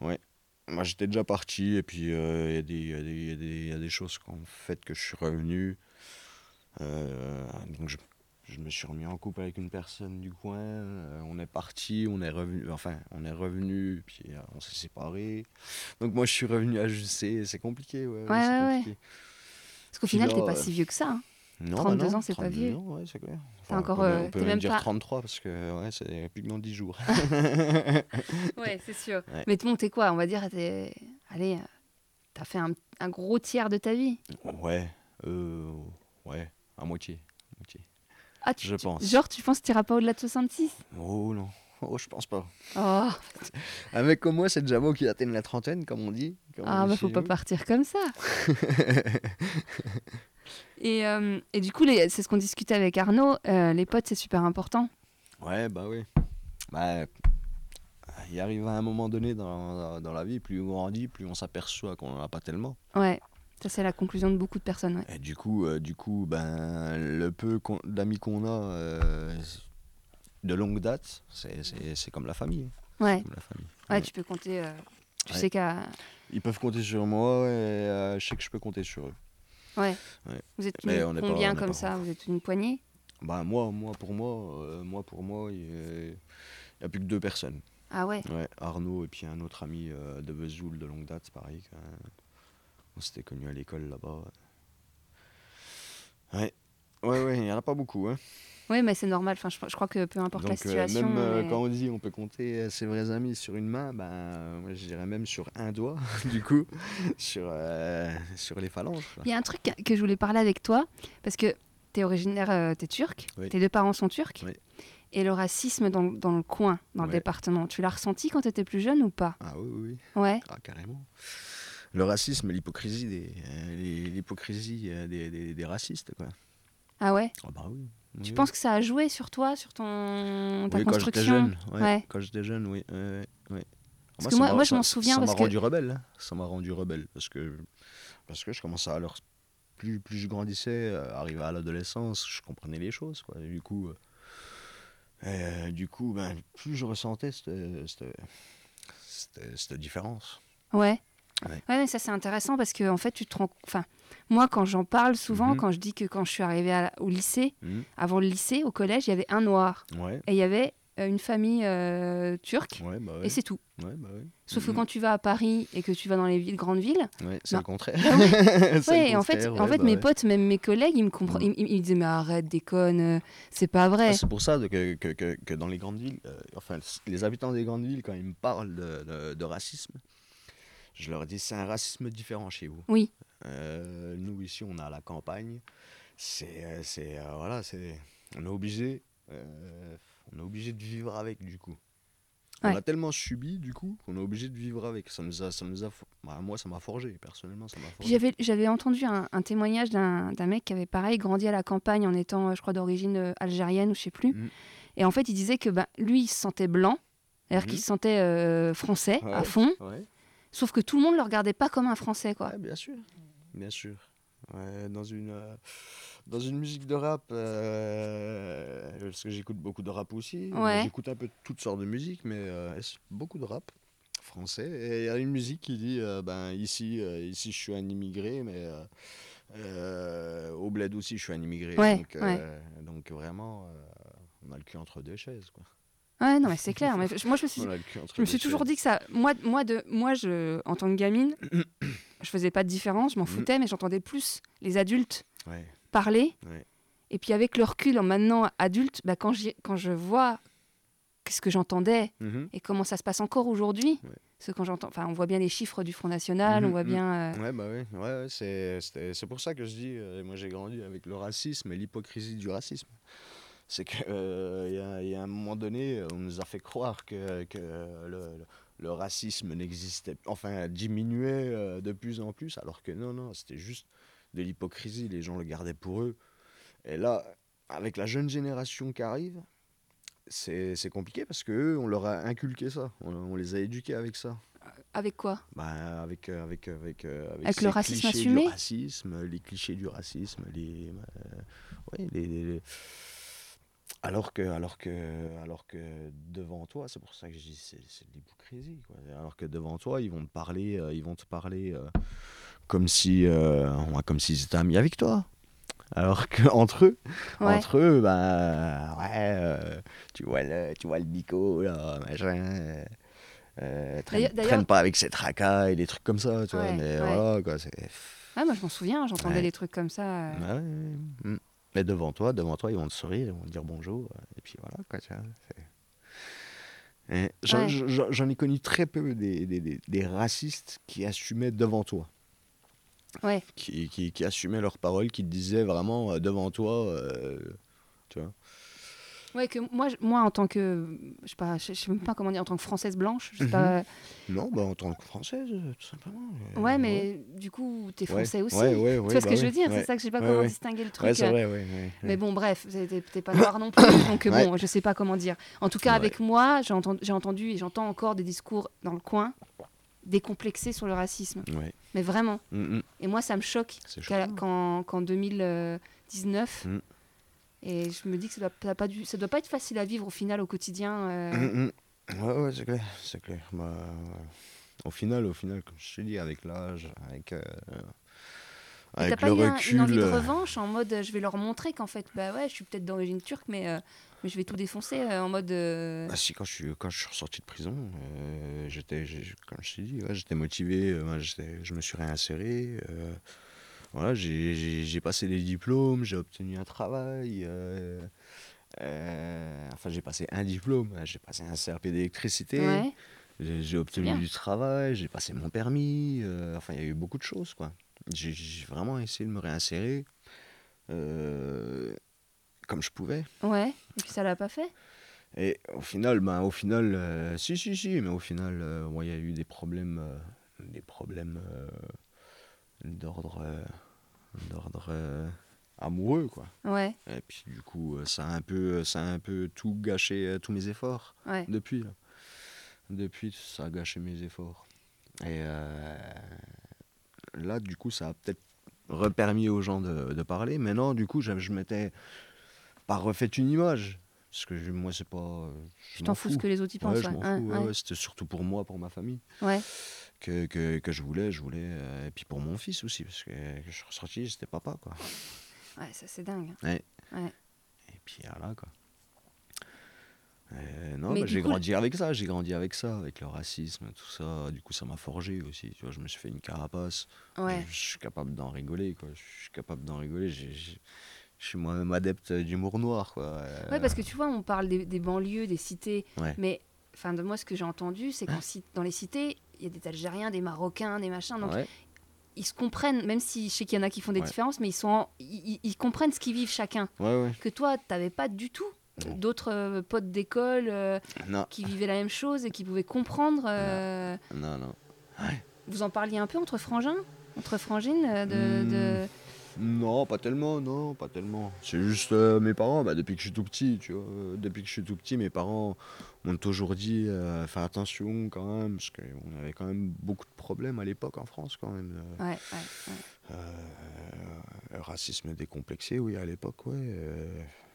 Speaker 2: Ouais. Moi, j'étais déjà parti, et puis euh, il y, a des- il y a des- il y a des- il y a des choses qu'en fait que je suis revenu. Euh, donc, je, je me suis remis en couple avec une personne du coin. euh, on est parti, on est revenu, enfin, on est revenu, puis euh, on s'est séparés. Donc, moi, je suis revenu à JC, c'est compliqué,
Speaker 1: Ouais,
Speaker 2: ouais. c'est
Speaker 1: ouais, ouais.
Speaker 2: compliqué.
Speaker 1: Parce qu'au final,
Speaker 2: Puis
Speaker 1: t'es
Speaker 2: là,
Speaker 1: pas
Speaker 2: euh,
Speaker 1: si vieux que ça. hein.
Speaker 2: Non,
Speaker 1: 32 ans, c'est pas
Speaker 2: 32
Speaker 1: vieux.
Speaker 2: ans, ouais, c'est clair.
Speaker 1: T'as encore,
Speaker 2: on peut,
Speaker 1: euh,
Speaker 2: on peut
Speaker 1: t'es
Speaker 2: même
Speaker 1: même
Speaker 2: dire
Speaker 1: pas-
Speaker 2: 33 parce que ouais, c'est plus que dans 10 jours.
Speaker 1: Ouais, c'est sûr.
Speaker 2: Ouais.
Speaker 1: Mais bon, t'es quoi On va dire, t'es... allez, euh, t'as fait un, un gros tiers de ta vie.
Speaker 2: Ouais, euh, ouais, à moitié. moitié.
Speaker 1: Ah, tu-
Speaker 2: Je
Speaker 1: tu-
Speaker 2: pense.
Speaker 1: Genre, tu penses que t'iras pas au-delà de 66
Speaker 2: Oh non, oh, je pense pas.
Speaker 1: Oh,
Speaker 2: Un mec comme moi, c'est déjà moi qui atteigne la trentaine, comme on dit. comme on
Speaker 1: ah,
Speaker 2: dit
Speaker 1: bah
Speaker 2: chez
Speaker 1: faut pas
Speaker 2: nous.
Speaker 1: partir comme ça. et, euh, et du coup, les- c'est ce qu'on discutait avec Arnaud, euh, les potes, c'est super important.
Speaker 2: Ouais, bah oui. Bah, il arrive à un moment donné dans, dans, dans la vie, plus on grandit, plus on s'aperçoit qu'on n'en a pas tellement.
Speaker 1: Ouais, ça c'est la conclusion de beaucoup de personnes. ouais.
Speaker 2: Et du coup, euh, du coup ben, le peu qu'on- d'amis qu'on a euh, de longue date, c'est- c'est c'est comme la famille.
Speaker 1: Ouais,
Speaker 2: Comme la famille.
Speaker 1: ouais, tu peux compter. euh, tu
Speaker 2: Ouais.
Speaker 1: sais qu'à.
Speaker 2: Ils peuvent compter sur moi et euh, je sais que je peux compter sur eux.
Speaker 1: Ouais.
Speaker 2: Ouais.
Speaker 1: Vous êtes
Speaker 2: Mais
Speaker 1: une-
Speaker 2: on n'est pas-
Speaker 1: combien
Speaker 2: on n'est
Speaker 1: comme
Speaker 2: pas-
Speaker 1: ça Vous êtes une poignée
Speaker 2: Bah moi, moi pour moi, euh, moi pour moi, il n'y a, plus que deux personnes.
Speaker 1: Ah ouais.
Speaker 2: Ouais, Arnaud et puis un autre ami euh, de Vesoul de longue date, c'est pareil. quoi. On s'était connus à l'école là-bas. Ouais, ouais, ouais, il n'y en a pas beaucoup. Hein.
Speaker 1: Ouais, mais c'est normal. Enfin, je, je crois que peu importe la
Speaker 2: Donc, euh,
Speaker 1: situation.
Speaker 2: même euh,
Speaker 1: mais-
Speaker 2: quand on dit on peut compter euh, ses vrais amis sur une main, ben, euh, moi, je dirais même sur un doigt, du coup, sur, euh, sur les phalanges. quoi.
Speaker 1: Il y a un truc que- que je voulais parler avec toi, parce que tu es originaire, tu es turc,
Speaker 2: Oui.
Speaker 1: tes deux parents sont turcs,
Speaker 2: Oui.
Speaker 1: et le racisme dans, dans le coin, dans le
Speaker 2: Ouais.
Speaker 1: département, tu l'as ressenti quand tu étais plus jeune ou pas
Speaker 2: Ah oui, oui, oui.
Speaker 1: Ouais,
Speaker 2: Ah, carrément. Le racisme et l'hypocrisie des, euh, les- l'hypocrisie, euh, des, des- des racistes, quoi.
Speaker 1: ah ouais
Speaker 2: Ah bah oui.
Speaker 1: Tu
Speaker 2: oui,
Speaker 1: penses que ça a joué sur toi, sur ton,
Speaker 2: oui.
Speaker 1: ta
Speaker 2: Oui, quand j'étais
Speaker 1: construction
Speaker 2: jeune, ouais,
Speaker 1: Ouais.
Speaker 2: Quand j'étais jeune, oui. ouais, ouais,
Speaker 1: Parce
Speaker 2: ouais. Ah,
Speaker 1: que
Speaker 2: ça
Speaker 1: moi-
Speaker 2: m'a-
Speaker 1: moi, je
Speaker 2: ça-
Speaker 1: m'en souviens
Speaker 2: Ça
Speaker 1: parce
Speaker 2: m'a
Speaker 1: que-
Speaker 2: rendu rebelle. hein. Ça m'a rendu rebelle parce que parce que je commençais à leur plus plus je grandissais, euh, arrivé à l'adolescence, je comprenais les choses, quoi. Et du coup, euh, euh, du coup, ben plus je ressentais cette- euh, cette- cette- cette différence.
Speaker 1: Ouais.
Speaker 2: Ouais.
Speaker 1: Ouais, mais ça c'est intéressant parce que en fait tu te rends, enfin moi quand j'en parle souvent,
Speaker 2: Mhm.
Speaker 1: quand je dis que quand je suis arrivée à la- au lycée,
Speaker 2: Mhm.
Speaker 1: avant le lycée, au collège, il y avait un noir
Speaker 2: Ouais,
Speaker 1: et il y avait euh, une famille euh, turque
Speaker 2: ouais, bah ouais.
Speaker 1: et c'est tout.
Speaker 2: Ouais, bah ouais.
Speaker 1: Sauf que
Speaker 2: Mhm.
Speaker 1: quand tu vas à Paris et que tu vas dans les villes, grandes villes,
Speaker 2: Ouais, c'est
Speaker 1: Non.
Speaker 2: le
Speaker 1: Bah,
Speaker 2: contraire.
Speaker 1: ouais, et en fait, en fait
Speaker 2: bah
Speaker 1: mes potes, même mes collègues, ils me compren-
Speaker 2: Mm.
Speaker 1: ils, ils- ils disaient mais arrête, déconne, euh, c'est pas vrai.
Speaker 2: Ah, c'est pour ça de- que, que, que, que dans les grandes villes, euh, enfin, les habitants des grandes villes, quand ils me parlent de, de- de racisme, je leur dis c'est un racisme différent chez vous.
Speaker 1: Oui.
Speaker 2: Euh, nous, ici, on est à la campagne. C'est. euh, c'est euh, voilà, c'est. On est obligé. euh, on est obligé de vivre avec, du coup. On
Speaker 1: Ouais.
Speaker 2: a tellement subi, du coup, qu'on est obligé de vivre avec. Ça nous a. Ça nous a fo- bah, moi, ça m'a forgé, personnellement, ça m'a
Speaker 1: Puis
Speaker 2: forgé.
Speaker 1: J'avais j'avais entendu un, un témoignage d'un d'un mec qui avait pareil grandi à la campagne en étant, euh, je crois, d'origine euh, algérienne ou je sais plus.
Speaker 2: Mm.
Speaker 1: Et en fait, il disait que bah, lui, il se sentait blanc, c'est-à-dire
Speaker 2: Mhm.
Speaker 1: qu'il se sentait euh, français à
Speaker 2: Ouais.
Speaker 1: fond,
Speaker 2: Ouais.
Speaker 1: sauf que tout le monde le regardait pas comme un français, quoi.
Speaker 2: Ouais, bien sûr. Bien sûr. Ouais, dans, une, euh, dans une musique de rap, euh, parce que j'écoute beaucoup de rap aussi. mais
Speaker 1: Ouais.
Speaker 2: J'écoute un peu toutes sortes de musique, mais euh, c'est beaucoup de rap français. Et il y a une musique qui dit euh, ben, ici, euh, ici, je suis un immigré, mais euh, euh, au bled aussi, je suis un immigré.
Speaker 1: Ouais,
Speaker 2: donc, euh, donc vraiment, euh, on a le cul entre deux chaises. Quoi.
Speaker 1: Ouais, non, mais c'est clair. mais je- moi, je me suis dit,
Speaker 2: On a le cul entre
Speaker 1: Je me
Speaker 2: deux
Speaker 1: suis toujours
Speaker 2: chaises.
Speaker 1: dit que ça. Moi, moi, de, moi je, en tant que gamine, je faisais pas de différence, je m'en
Speaker 2: Mm.
Speaker 1: foutais, mais j'entendais plus les adultes
Speaker 2: Ouais.
Speaker 1: parler.
Speaker 2: Ouais.
Speaker 1: Et puis avec le recul, en maintenant adulte, bah, quand, j'y- quand je vois qu'est-ce que j'entendais
Speaker 2: Mhm.
Speaker 1: et comment ça se passe encore aujourd'hui,
Speaker 2: Ouais.
Speaker 1: ce quand j'entends, enfin, on voit bien les chiffres du Front National,
Speaker 2: Mhm,
Speaker 1: on voit
Speaker 2: mhm.
Speaker 1: bien. euh,
Speaker 2: Ouais, bah oui, ouais, ouais, c'est- c'était- c'est pour ça que je dis, euh, moi j'ai grandi avec le racisme et l'hypocrisie du racisme. C'est qu'il y, a- y a un moment donné, on nous a fait croire que, que le, le racisme n'existait, enfin diminuait euh, de plus en plus, alors que non, non, c'était juste de l'hypocrisie, les gens le gardaient pour eux. Et là, avec la jeune génération qui arrive, c'est c'est compliqué parce qu'eux, on leur a inculqué ça, on- on les a éduqués avec ça.
Speaker 1: Avec quoi
Speaker 2: Bah, avec, euh, avec, avec, euh, avec,
Speaker 1: Avec
Speaker 2: ces
Speaker 1: le racisme
Speaker 2: clichés
Speaker 1: assumé
Speaker 2: du racisme, euh, les clichés du racisme, les, euh, ouais, les, les- les- Alors, que, alors, que, alors que devant toi, c'est pour ça que je dis c'est, c'est de l'hypocrisie. quoi. Alors que devant toi, ils vont te parler, euh, ils vont te parler euh, comme, si, euh, ouais, comme s'ils étaient amis avec toi. Alors qu'entre eux,
Speaker 1: Ouais.
Speaker 2: entre eux, bah ouais, euh, tu vois le, tu vois le bico là, machin. euh, euh, traîne,
Speaker 1: D'ailleurs- d'ailleurs-
Speaker 2: traîne pas avec ses tracas et des trucs comme ça, tu vois.
Speaker 1: Ouais, ouais.
Speaker 2: Mais
Speaker 1: Ah.
Speaker 2: voilà quoi, c'est.
Speaker 1: Ouais, moi je m'en souviens, j'entendais
Speaker 2: Ouais.
Speaker 1: des trucs comme ça. euh.
Speaker 2: Ouais, ouais, ouais. Mm. Mais devant toi, devant toi, ils vont te sourire, ils vont te dire bonjour, euh, et puis voilà quoi. tu vois, c'est- Et J'en
Speaker 1: Ouais.
Speaker 2: j'en- j'en ai connu très peu des, des- des- des racistes qui assumaient devant toi.
Speaker 1: Ouais.
Speaker 2: Qui, qui, qui assumaient leurs paroles, qui te disaient vraiment euh, devant toi, euh, tu vois.
Speaker 1: Ouais, que moi, je- moi en tant que, je sais pas, je, je sais même pas comment dire, en tant que française blanche, je sais
Speaker 2: Mhm.
Speaker 1: pas.
Speaker 2: Non, bah, en tant que française, euh, tout simplement. euh,
Speaker 1: Ouais, mais du coup, t'es
Speaker 2: Ouais.
Speaker 1: français aussi.
Speaker 2: Ouais, ouais, ouais,
Speaker 1: tu vois ce
Speaker 2: bah
Speaker 1: que je
Speaker 2: oui,
Speaker 1: veux dire
Speaker 2: ouais.
Speaker 1: C'est ça que je sais pas
Speaker 2: Ouais,
Speaker 1: comment
Speaker 2: ouais.
Speaker 1: distinguer le truc.
Speaker 2: Ouais, c'est
Speaker 1: euh,
Speaker 2: vrai, ouais, ouais, ouais.
Speaker 1: Mais bon, bref, c'est- t'es t'es pas noir non plus, donc euh, bon, je sais pas comment dire. En tout cas,
Speaker 2: Ouais.
Speaker 1: avec moi, j'ai entendu, j'ai entendu et j'entends encore des discours dans le coin décomplexés sur le racisme.
Speaker 2: Ouais.
Speaker 1: Mais vraiment.
Speaker 2: Mm, mm.
Speaker 1: Et moi, ça me choque
Speaker 2: C'est
Speaker 1: qu'à- qu'en
Speaker 2: choquant.
Speaker 1: qu'en 2019.
Speaker 2: Mm.
Speaker 1: Et je me dis que ça doit, ça a pas dû- ça doit pas être facile à vivre au final au quotidien. euh,
Speaker 2: Mm, mm. Ouais, ouais, c'est clair, c'est clair. Bah, ouais. au final, au final, comme je te dis, avec l'âge, avec, euh,
Speaker 1: Et T'as
Speaker 2: avec
Speaker 1: pas
Speaker 2: le
Speaker 1: eu un-
Speaker 2: recul,
Speaker 1: une envie de
Speaker 2: euh,
Speaker 1: revanche en mode euh, je vais leur montrer qu'en fait, bah ouais, je suis peut-être d'origine turque, mais, euh, mais je vais tout défoncer euh, en mode. euh,
Speaker 2: Ah si, quand je suis, quand je suis ressorti de prison, euh, j'étais, j'ai- j'ai- comme je t'ai dit, ouais, j'étais motivé, euh, ouais, j'étais- je me suis réinséré. euh, voilà, j'ai- j'ai j'ai passé des diplômes, j'ai obtenu un travail. euh, euh, enfin, j'ai passé un diplôme, hein, j'ai passé un CRP d'électricité,
Speaker 1: ouais.
Speaker 2: j'ai j'ai obtenu
Speaker 1: bien.
Speaker 2: du travail, j'ai passé mon permis. euh, enfin, il y a eu beaucoup de choses, quoi. J'ai- J'ai vraiment essayé de me réinsérer euh, comme je pouvais.
Speaker 1: ouais. Et puis ça l'a pas fait.
Speaker 2: Et au final, ben, au final, euh, si, si, si, mais au final, euh, bon, il y a eu des problèmes, euh, des problèmes euh, d'ordre, euh, d'ordre euh, amoureux, quoi.
Speaker 1: Ouais,
Speaker 2: Et puis du coup, euh, ça a un peu, ça a un peu tout gâché, euh, tous mes efforts
Speaker 1: ouais.
Speaker 2: depuis. là. Depuis, ça a gâché mes efforts. Et euh, là, du coup, ça a peut-être repermis aux gens de, de parler. Mais non, du coup, je, je m'étais pas refait une image. Parce que je- moi, c'est pas. euh, Je
Speaker 1: Tu
Speaker 2: m'en
Speaker 1: t'en fous ce que les autres y
Speaker 2: Ouais,
Speaker 1: pensent.
Speaker 2: je
Speaker 1: ouais.
Speaker 2: m'en
Speaker 1: Ouais,
Speaker 2: fous. ouais,
Speaker 1: ouais.
Speaker 2: ouais, C'était surtout pour moi, pour ma famille,
Speaker 1: Ouais.
Speaker 2: que, que, que je voulais. Je voulais euh, et puis pour mon fils aussi, parce que je suis ressorti, j'étais papa, quoi.
Speaker 1: Ouais, ça c'est dingue.
Speaker 2: Ouais.
Speaker 1: Ouais.
Speaker 2: Et puis voilà quoi. Euh, non,
Speaker 1: Mais
Speaker 2: bah,
Speaker 1: du
Speaker 2: j'ai
Speaker 1: coup,
Speaker 2: grandi avec ça, j'ai grandi avec ça, avec le racisme, tout ça. Du coup, ça m'a forgé aussi. Tu vois, je me suis fait une carapace.
Speaker 1: hein. Ouais.
Speaker 2: Je suis capable d'en rigoler, quoi. Je suis capable d'en rigoler. J'ai- j'ai- Je suis moi-même adepte d'humour noir, quoi. Euh,
Speaker 1: Ouais, parce que tu vois, on parle des, des banlieues, des cités,
Speaker 2: Ouais. Ah.
Speaker 1: mais enfin de moi ce que j'ai entendu, c'est qu'en ci- dans les cités, il y a des Algériens, des Marocains, des machins, donc
Speaker 2: ouais,
Speaker 1: ils se comprennent, même si je sais qu'il y en a qui font des
Speaker 2: Ouais.
Speaker 1: différences, mais ils sont, en- ils- ils- ils comprennent ce qu'ils vivent chacun.
Speaker 2: ouais, ouais.
Speaker 1: que toi, t'avais pas du tout
Speaker 2: Non.
Speaker 1: d'autres euh, potes d'école euh,
Speaker 2: Non,
Speaker 1: qui vivaient la même chose et qui pouvaient comprendre. euh,
Speaker 2: non, non.
Speaker 1: vous en parliez un peu entre frangins Entre frangines euh, de, de-
Speaker 2: Non, pas tellement, non, pas tellement. C'est juste euh, mes parents, bah, depuis que je suis tout petit, tu vois. euh, Depuis que je suis tout petit, mes parents m'ont toujours dit euh, fais attention quand même, parce qu'on avait quand même beaucoup de problèmes à l'époque en France quand même. euh,
Speaker 1: Ouais, ouais, ouais.
Speaker 2: euh, racisme décomplexé, oui, à l'époque, ouais. euh,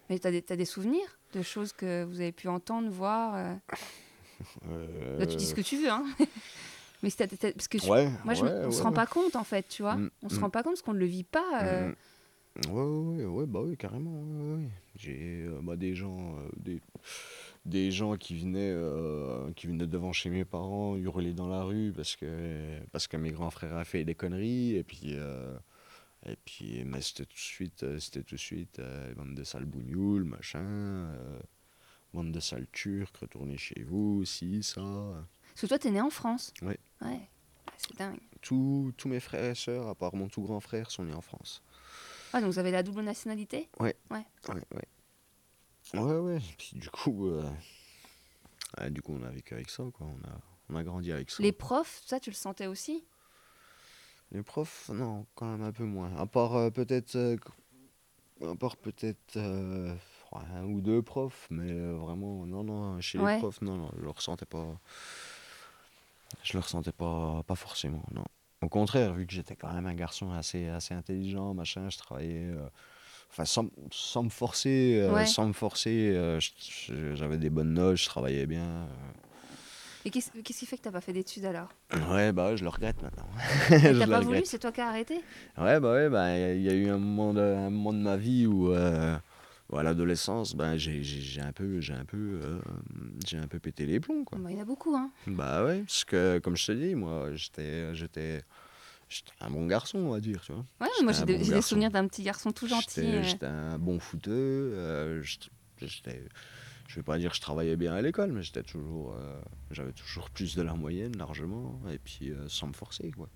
Speaker 1: Mais t'as des, t'as des souvenirs de choses que vous avez pu entendre, voir euh.
Speaker 2: euh,
Speaker 1: Là, tu dis ce que tu veux, hein Mais c'est- t'as- t'as- parce que je-
Speaker 2: Ouais,
Speaker 1: moi, je me-
Speaker 2: ouais,
Speaker 1: on se
Speaker 2: ouais,
Speaker 1: rend
Speaker 2: ouais.
Speaker 1: pas compte, en fait, tu vois.
Speaker 2: Mm,
Speaker 1: On se
Speaker 2: mm.
Speaker 1: rend pas compte parce qu'on ne le vit pas. euh.
Speaker 2: Mm. Ouais, ouais, ouais, ouais, bah oui, carrément. ouais, ouais, ouais. J'ai euh, bah, des gens, euh, des, des gens qui venaient, euh, qui venaient devant chez mes parents hurler dans la rue parce que parce que mes grands frères a fait des conneries et puis euh, Et puis, mais c'était tout de suite, euh, c'était tout de suite euh, bande de sales bougnoules, machin, euh, bande de sales turcs, retournez chez vous, si, ça.
Speaker 1: Parce que toi, t'es né en France.
Speaker 2: Ouais.
Speaker 1: Ouais. Ah, C'est dingue.
Speaker 2: Tous tous mes frères et sœurs, à part mon tout grand frère, sont nés en France.
Speaker 1: Ah, donc vous avez la double nationalité
Speaker 2: Ouais, ouais. Ouais, ouais. Puis du coup, euh, ouais, du coup, on a vécu avec ça, quoi. On a, on a grandi avec ça.
Speaker 1: Les profs, ça, tu le sentais aussi
Speaker 2: Les profs, non, quand même un peu moins. À part euh, peut-être, euh, qu- à part peut-être euh, ouais, un ou deux profs, mais euh, vraiment, non, non, chez
Speaker 1: Ouais.
Speaker 2: les profs, non, non, je le ressentais pas. Je le ressentais pas, pas forcément, non. Au contraire, vu que j'étais quand même un garçon assez, assez intelligent, machin, je travaillais. euh, Enfin, sans, sans me forcer, euh,
Speaker 1: Ouais.
Speaker 2: sans me forcer, euh, je- je- j'avais des bonnes notes, je travaillais bien. euh,
Speaker 1: Et qu'est-ce qu'est-ce qui fait que t'as pas fait d'études alors
Speaker 2: Ouais, bah ouais, je le regrette maintenant.
Speaker 1: Mais
Speaker 2: Je
Speaker 1: T'as
Speaker 2: le
Speaker 1: pas
Speaker 2: regrette.
Speaker 1: voulu, c'est toi qui as arrêté
Speaker 2: Ouais, bah ouais, bah il y a eu un moment de, un moment de ma vie où, euh, où à l'adolescence, ben j'ai j'ai- j'ai un peu, j'ai un peu, euh, j'ai un peu pété les plombs quoi.
Speaker 1: Bah, Il y en a beaucoup, hein.
Speaker 2: Bah ouais, parce que comme je te dis, moi, j'étais, j'étais, j'étais un bon garçon, on va dire, tu vois.
Speaker 1: Ouais,
Speaker 2: J'étais
Speaker 1: moi
Speaker 2: un
Speaker 1: j'ai des,
Speaker 2: bon
Speaker 1: j'ai des
Speaker 2: Ah, garçon.
Speaker 1: souvenirs d'un petit garçon tout gentil.
Speaker 2: J'étais
Speaker 1: euh.
Speaker 2: j'étais un bon fouteux. euh, j'étais- j'étais- je vais pas dire que je travaillais bien à l'école, mais j'étais toujours, euh, j'avais toujours plus de la moyenne largement, et puis euh, sans me forcer quoi.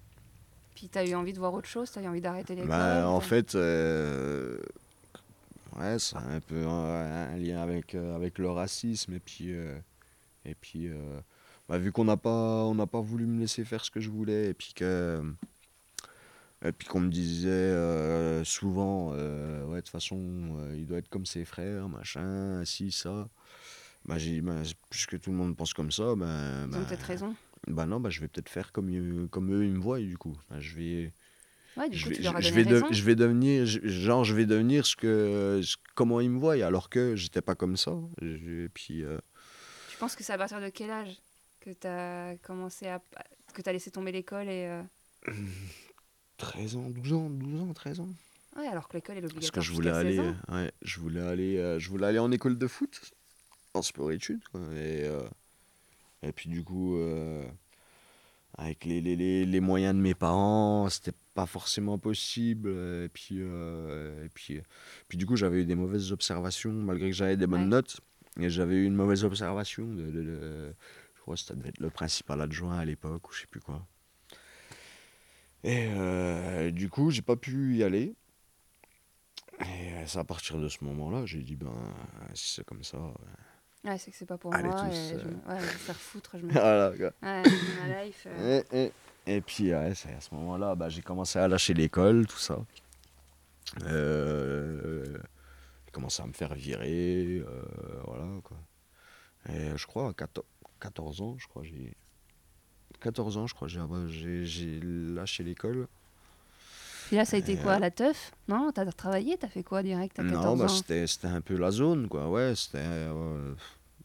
Speaker 1: Puis t'as eu envie de voir autre chose, t'as eu envie d'arrêter l'école.
Speaker 2: Bah, en
Speaker 1: t'as-
Speaker 2: fait, euh, ouais, ça a un peu un, un lien avec, euh, avec le racisme. Et puis, euh, et puis euh, bah, vu qu'on n'a pas, on n'a pas voulu me laisser faire ce que je voulais, et puis que. Et puis qu'on me disait euh, souvent, euh, ouais, de toute façon, euh, il doit être comme ses frères, machin, si, ça. Bah, j'ai dit, bah, puisque tout le monde pense comme ça, ben.
Speaker 1: Ils
Speaker 2: bah,
Speaker 1: ont peut-être raison.
Speaker 2: bah non, bah, je vais peut-être faire comme, eux- comme eux, ils me voient, du coup. Bah, je vais
Speaker 1: Ouais, du
Speaker 2: je
Speaker 1: coup,
Speaker 2: vais,
Speaker 1: tu leur as
Speaker 2: je- je
Speaker 1: donné
Speaker 2: vais de-
Speaker 1: raison.
Speaker 2: je vais devenir je- genre je vais devenir ce que ce- comment ils me voient alors que j'étais pas comme ça Je- et puis euh,
Speaker 1: Tu penses que c'est à partir de quel âge que t'as commencé à. que t'as laissé tomber l'école et. euh,
Speaker 2: 13 ans 12 ans 12 ans 13 ans
Speaker 1: Ouais, alors que l'école elle est
Speaker 2: parce
Speaker 1: obligatoire.
Speaker 2: que je voulais
Speaker 1: jusqu'à 16
Speaker 2: aller
Speaker 1: ans.
Speaker 2: euh, ouais, je voulais aller euh, je voulais aller en école de foot en sport études quoi, et euh, et puis du coup euh, avec les, les, les, les moyens de mes parents c'était pas forcément possible euh, et puis euh, et puis euh, puis du coup j'avais eu des mauvaises observations malgré que j'avais des bonnes
Speaker 1: Ouais.
Speaker 2: notes et j'avais eu une mauvaise observation de, de- de- je crois que ça devait être le principal adjoint à l'époque ou je sais plus quoi et euh, du coup j'ai pas pu y aller et euh, c'est à partir de ce moment-là, j'ai dit, ben, euh, si c'est comme ça. ouais.
Speaker 1: Ouais, c'est que c'est pas pour
Speaker 2: Allez
Speaker 1: moi.
Speaker 2: tous,
Speaker 1: et je
Speaker 2: euh.
Speaker 1: me- Ouais, je vais me faire foutre. Je me...
Speaker 2: Voilà, quoi.
Speaker 1: Ouais, ma life. euh.
Speaker 2: Et, et- Eh, et puis, ouais, c'est à ce moment-là, bah, j'ai commencé à lâcher l'école, tout ça. Euh, j'ai commencé à me faire virer, euh, voilà, quoi. Et je crois, à 14, 14 ans, je crois, j'ai. 14 ans, je crois, j'ai- ah bah, j'ai j'ai lâché l'école.
Speaker 1: Puis là, ça a été
Speaker 2: Et,
Speaker 1: quoi
Speaker 2: euh,
Speaker 1: La teuf Non T'as travaillé T'as fait quoi direct à 14
Speaker 2: Non, bah,
Speaker 1: ans
Speaker 2: c'était c'était un peu la zone, quoi. Ouais, c'était. euh,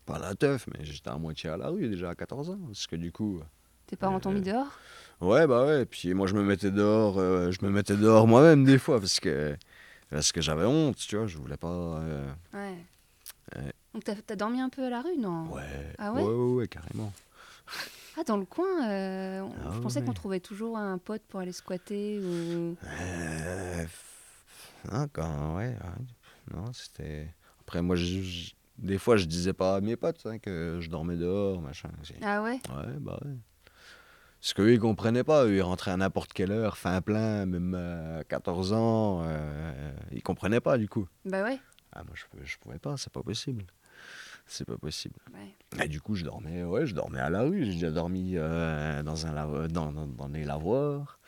Speaker 2: pas la teuf, mais j'étais à moitié à la rue déjà à 14 ans. Parce que du coup.
Speaker 1: Tes parents t'ont
Speaker 2: euh,
Speaker 1: mis dehors
Speaker 2: Ouais, bah ouais. Puis moi, je me mettais dehors, euh, je me mettais dehors moi-même des fois parce que parce que j'avais honte, tu vois. Je voulais pas. euh,
Speaker 1: Ouais.
Speaker 2: ouais.
Speaker 1: Donc t'as t'as dormi un peu à la rue, non
Speaker 2: Ouais.
Speaker 1: Ah ouais
Speaker 2: ouais, ouais, ouais, carrément.
Speaker 1: Ah, dans le coin euh, on-
Speaker 2: Ah
Speaker 1: Je pensais
Speaker 2: ouais.
Speaker 1: qu'on trouvait toujours un pote pour aller squatter ou...
Speaker 2: Euh, hein, quand ouais, ouais. Non, c'était. Après, moi, je- je- des fois, je disais pas à mes potes hein, que je dormais dehors, machin. C'est-
Speaker 1: Ah ouais
Speaker 2: Ouais, bah ouais. Parce qu'eux, ils comprenaient pas. Eux, ils rentraient à n'importe quelle heure, fin plein, même à 14 ans. euh, ils comprenaient pas, du coup.
Speaker 1: Bah ouais.
Speaker 2: Ah, moi, je, peux- je pouvais pas, c'est pas possible. C'est pas possible.
Speaker 1: Ouais.
Speaker 2: Et du coup, je dormais, ouais, je dormais à la rue. J'ai déjà dormi euh, dans, un lavo- dans, dans, dans les lavoirs.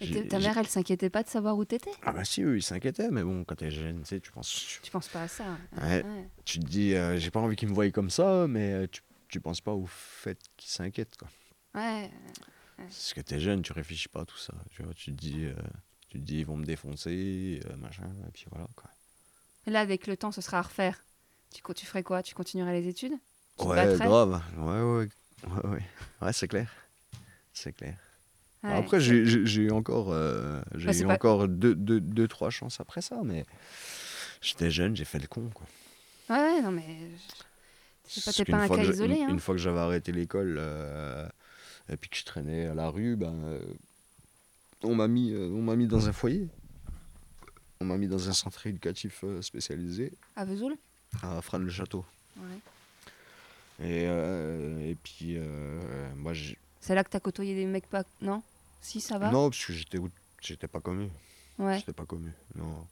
Speaker 1: Et
Speaker 2: J'ai-
Speaker 1: ta- ta
Speaker 2: j'ai-
Speaker 1: mère, elle s'inquiétait pas de savoir où t'étais
Speaker 2: Ah, bah si, eux, ils s'inquiétaient, mais bon, quand t'es jeune, tu sais, tu penses.
Speaker 1: Tu penses pas à ça hein.
Speaker 2: tu- ouais,
Speaker 1: Ouais.
Speaker 2: tu te dis, euh, j'ai pas envie qu'ils me voient comme ça, mais euh, tu, tu penses pas au fait qu'ils s'inquiètent, quoi.
Speaker 1: Ouais.
Speaker 2: Parce que t'es jeune, tu réfléchis pas à tout ça. Tu vois, tu te dis, euh, tu te dis, ils vont me défoncer, euh, machin, et puis voilà, quoi.
Speaker 1: Là, avec le temps, ce sera à refaire. Tu, co- tu ferais quoi Tu continuerais les études Tu te
Speaker 2: Ouais,
Speaker 1: battrais
Speaker 2: grave. Ouais, ouais, ouais, ouais. Ouais, c'est clair. C'est clair.
Speaker 1: Ouais.
Speaker 2: Après, j'ai- j'ai j'ai eu encore, euh, j'ai
Speaker 1: Bah, c'est
Speaker 2: eu
Speaker 1: pas-
Speaker 2: encore deux, deux, deux, trois chances après ça, mais j'étais jeune, j'ai fait le con. Quoi.
Speaker 1: Ouais, ouais, non mais... C'est pas,
Speaker 2: Parce
Speaker 1: t'es
Speaker 2: qu'une
Speaker 1: pas un
Speaker 2: fois
Speaker 1: cas
Speaker 2: que je-
Speaker 1: isolé,
Speaker 2: une,
Speaker 1: hein
Speaker 2: une fois que j'avais arrêté l'école euh, et puis que je traînais à la rue, ben, euh, on m'a mis, euh, on m'a mis dans un foyer. on m'a mis dans un centre éducatif euh, spécialisé
Speaker 1: À Vesoul
Speaker 2: à Frane-le-Château.
Speaker 1: Ouais.
Speaker 2: Et, euh, et puis, euh, moi, j'ai-
Speaker 1: C'est là que t'as côtoyé des mecs pas. Non Si, ça va
Speaker 2: non, parce que j'étais out- j'étais pas comme eux.
Speaker 1: Ouais.
Speaker 2: J'étais pas comme eux. Non.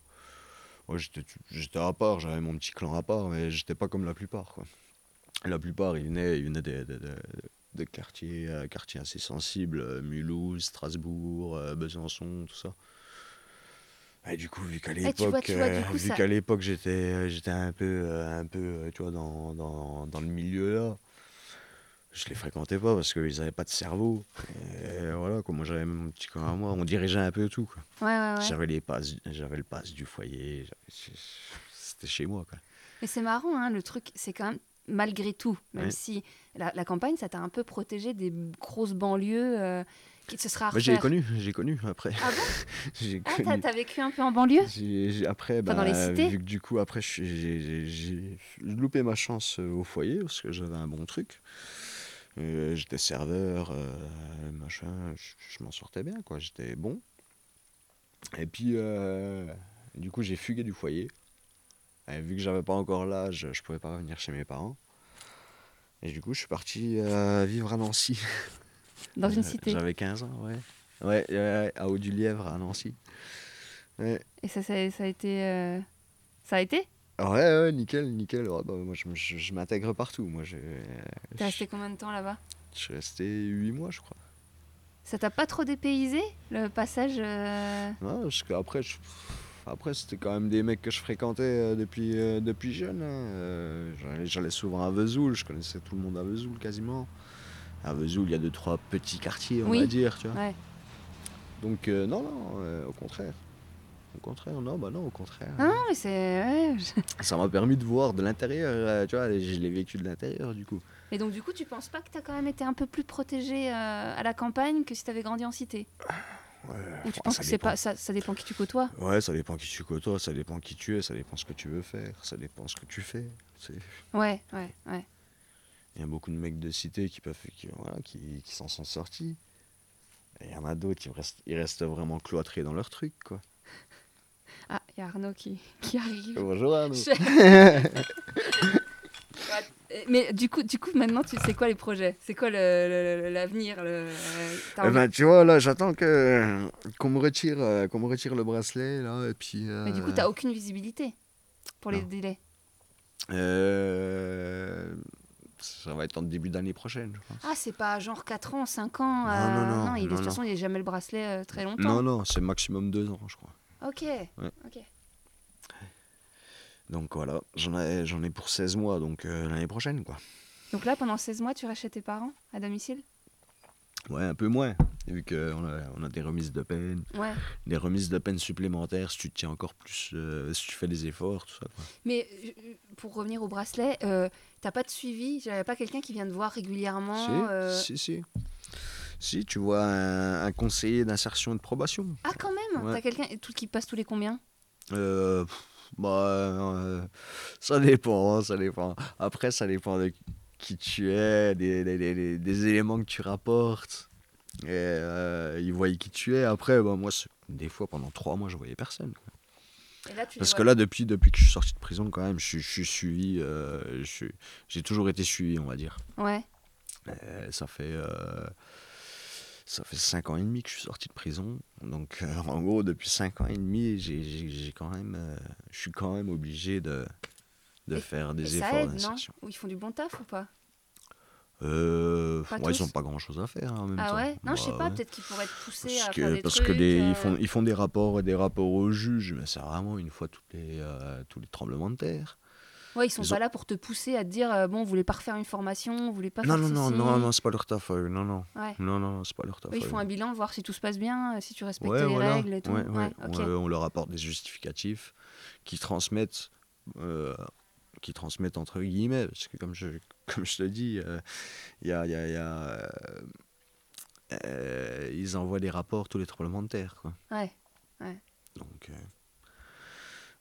Speaker 2: Moi, j'étais j'étais à part, j'avais mon petit clan à part, mais j'étais pas comme la plupart. Quoi. La plupart, ils venaient, ils venaient des, des- des- des quartiers, euh, quartiers assez sensibles, euh, Mulhouse, Strasbourg, euh, Besançon, tout ça. Et du coup, vu qu'à
Speaker 1: Ah, tu vois,
Speaker 2: l'époque,
Speaker 1: tu vois, du
Speaker 2: euh,
Speaker 1: coup,
Speaker 2: vu
Speaker 1: ça-
Speaker 2: qu'à l'époque, j'étais, euh, j'étais un peu, euh, un peu, euh, tu vois, dans, dans, dans le milieu là, je les fréquentais pas parce qu'ils avaient pas de cerveau. Et voilà, quoi, moi j'avais mon petit clan à moi, on dirigeait un peu tout. Quoi.
Speaker 1: Ouais, ouais, ouais.
Speaker 2: J'avais les passes, j'avais le passe du foyer. j'avais- C'était chez moi. Quoi.
Speaker 1: Mais c'est marrant, hein, le truc, c'est quand même, malgré tout, même
Speaker 2: Ouais.
Speaker 1: si la, la campagne, ça t'a un peu protégé des grosses banlieues euh, qui se sera à
Speaker 2: Moi, Bah, j'ai
Speaker 1: refaire.
Speaker 2: connu, j'ai connu après.
Speaker 1: Ah bon
Speaker 2: j'ai
Speaker 1: Ah, t'as-
Speaker 2: connu.
Speaker 1: t'as vécu un peu en banlieue
Speaker 2: J'ai- j'ai- après,
Speaker 1: Enfin, dans
Speaker 2: bah,
Speaker 1: les cités
Speaker 2: vu que du coup, après, je suis- j'ai- j'ai j'ai loupé ma chance euh, au foyer parce que j'avais un bon truc. Euh, J'étais serveur, euh, machin, je je m'en sortais bien, quoi, j'étais bon. Et puis, euh, du coup, j'ai fugué du foyer. Et vu que j'avais pas encore l'âge, je pouvais pas revenir chez mes parents. Et du coup, je suis parti euh, vivre à Nancy.
Speaker 1: Dans une
Speaker 2: J'avais-
Speaker 1: cité.
Speaker 2: J'avais 15 ans, ouais. Ouais, ouais, à Haut-du-Lièvre, à Nancy. Ouais.
Speaker 1: Et ça, ça, ça a été. euh, Ça a été
Speaker 2: Ouais, Ah ouais, nickel, nickel. Ouais, bah, moi, je, me- je- je m'intègre partout. Moi, je,
Speaker 1: T'as
Speaker 2: je,
Speaker 1: resté combien de temps là-bas
Speaker 2: je suis resté 8 mois, je crois.
Speaker 1: Ça t'a pas trop dépaysé, le passage euh,
Speaker 2: Ouais, parce qu'après, je- après c'était quand même des mecs que je fréquentais euh, depuis, euh, depuis jeune. hein. Euh, j'allais- J'allais souvent à Vesoul, je connaissais tout le monde à Vesoul quasiment. À Vesoul, il y a deux, trois petits quartiers, on
Speaker 1: Oui.
Speaker 2: va dire, tu vois.
Speaker 1: Ouais.
Speaker 2: Donc, euh, non, non, euh, au contraire. Au contraire, non, bah non, au contraire.
Speaker 1: Ah Non, mais c'est. ouais, je-
Speaker 2: Ça m'a permis de voir de l'intérieur, euh, tu vois, et je l'ai vécu de l'intérieur, du coup.
Speaker 1: Et donc, du coup, tu penses pas que t'as quand même été un peu plus protégé euh, à la campagne que si t'avais grandi en cité Ou tu
Speaker 2: Ah, Enfin,
Speaker 1: penses
Speaker 2: ça
Speaker 1: que c'est
Speaker 2: dépend.
Speaker 1: pas. Ça, ça dépend qui tu côtoies
Speaker 2: Ouais, ça dépend qui tu côtoies, ça dépend qui tu es, ça dépend ce que tu veux faire, ça dépend ce que tu fais. C'est-
Speaker 1: Ouais, ouais, ouais.
Speaker 2: Il y a beaucoup de mecs de cité qui peuvent, qui, voilà, qui, qui s'en sont sortis. Et il y en a d'autres qui restent, ils restent vraiment cloîtrés dans leur truc, quoi.
Speaker 1: Ah, il y a Arnaud qui, qui arrive.
Speaker 2: Bonjour Arnaud.
Speaker 1: Euh, Mais du coup, du coup maintenant, tu sais quoi les projets C'est quoi le- le- le- l'avenir le, euh, t'as
Speaker 2: Eh
Speaker 1: envie-
Speaker 2: ben, tu vois, là, j'attends que qu'on me retire, euh, qu'on me retire le bracelet, là, et puis.
Speaker 1: Mais du coup,
Speaker 2: euh,
Speaker 1: t'as aucune visibilité pour les
Speaker 2: Non.
Speaker 1: délais.
Speaker 2: euh, ça va être en début d'année prochaine, je pense.
Speaker 1: Ah, c'est pas genre 4 ans, 5 ans.
Speaker 2: Non,
Speaker 1: euh,
Speaker 2: non, non,
Speaker 1: il- de
Speaker 2: non,
Speaker 1: toute
Speaker 2: non.
Speaker 1: façon, il n'y a jamais le bracelet euh, très longtemps.
Speaker 2: Non, non, c'est maximum deux ans, je crois.
Speaker 1: Ok. ok.
Speaker 2: Donc voilà, j'en ai, j'en ai pour 16 mois, donc euh, l'année prochaine, quoi.
Speaker 1: Donc là, pendant 16 mois, tu restes chez tes parents à domicile
Speaker 2: Ouais, un peu moins. Vu qu'on a, on a des remises de peine,
Speaker 1: Ouais.
Speaker 2: des remises de peine supplémentaires si tu te tiens encore plus, euh, si tu fais des efforts, tout ça. quoi.
Speaker 1: Mais euh, pour revenir au bracelet, euh, t'as pas de suivi J'avais pas quelqu'un qui vient te voir régulièrement euh,
Speaker 2: Si, si, si. Si, tu vois un, un conseiller d'insertion et de probation.
Speaker 1: Ah, quand même
Speaker 2: Ouais.
Speaker 1: T'as quelqu'un et tout- qui passe tous les combien
Speaker 2: Euh, pff, bah, euh, ça dépend, hein, ça dépend. Après, ça dépend de qui tu es, des, des- des- des- des éléments que tu rapportes. Et, euh, ils voient qui tu es. Après, bah, moi, c'est- des fois, pendant trois mois, je voyais personne.
Speaker 1: Et là, tu les
Speaker 2: Parce
Speaker 1: vois
Speaker 2: que là, depuis, depuis que je suis sorti de prison, quand même, je, suis- je suis suivi. euh, je suis- J'ai toujours été suivi, on va dire.
Speaker 1: Ouais.
Speaker 2: Euh, ça fait. euh, Ça fait 5 ans et demi que je suis sorti de prison. Donc, euh, en gros, depuis 5 ans et demi, j'ai- j'ai j'ai quand même, euh, je suis quand même obligé de, de
Speaker 1: Et-
Speaker 2: faire
Speaker 1: Et
Speaker 2: des
Speaker 1: ça
Speaker 2: efforts
Speaker 1: aide, non
Speaker 2: d'insertion.
Speaker 1: Ou Ils font du bon taf ou pas
Speaker 2: Euh,
Speaker 1: Pas
Speaker 2: ouais, ils
Speaker 1: tous.
Speaker 2: n'ont pas grand chose à faire hein, en même
Speaker 1: Ah
Speaker 2: temps.
Speaker 1: ouais Non, je sais
Speaker 2: Bah
Speaker 1: pas,
Speaker 2: ouais.
Speaker 1: peut-être qu'ils pourraient être poussés
Speaker 2: Parce
Speaker 1: à
Speaker 2: que,
Speaker 1: faire des
Speaker 2: parce
Speaker 1: trucs.
Speaker 2: que des,
Speaker 1: euh,
Speaker 2: ils, font, ils font des rapports des rapports au juge, mais c'est vraiment une fois toutes les, euh, tous les tremblements de terre.
Speaker 1: Ouais, ils sont
Speaker 2: ils
Speaker 1: pas
Speaker 2: ont-
Speaker 1: là pour te pousser à te dire euh, bon, vous voulez pas refaire une formation, vous voulez pas
Speaker 2: Non,
Speaker 1: faire
Speaker 2: non, non,
Speaker 1: ceci.
Speaker 2: non, non, c'est pas leur taf. euh, non, non,
Speaker 1: Ouais.
Speaker 2: non, non, c'est pas leur taf.
Speaker 1: Oui, ils
Speaker 2: euh.
Speaker 1: font un bilan, voir si tout se passe bien, euh, si tu respectes
Speaker 2: Ouais,
Speaker 1: les
Speaker 2: voilà.
Speaker 1: règles et tout.
Speaker 2: Ouais, ouais.
Speaker 1: ok.
Speaker 2: On, euh, on leur apporte des justificatifs qui transmettent, euh, qui transmettent entre guillemets, parce que comme je, comme je te dis, euh, il y a, il y a- il y a, euh, euh, ils envoient des rapports tous les tremblements de terre, quoi.
Speaker 1: Ouais.
Speaker 2: Donc, euh,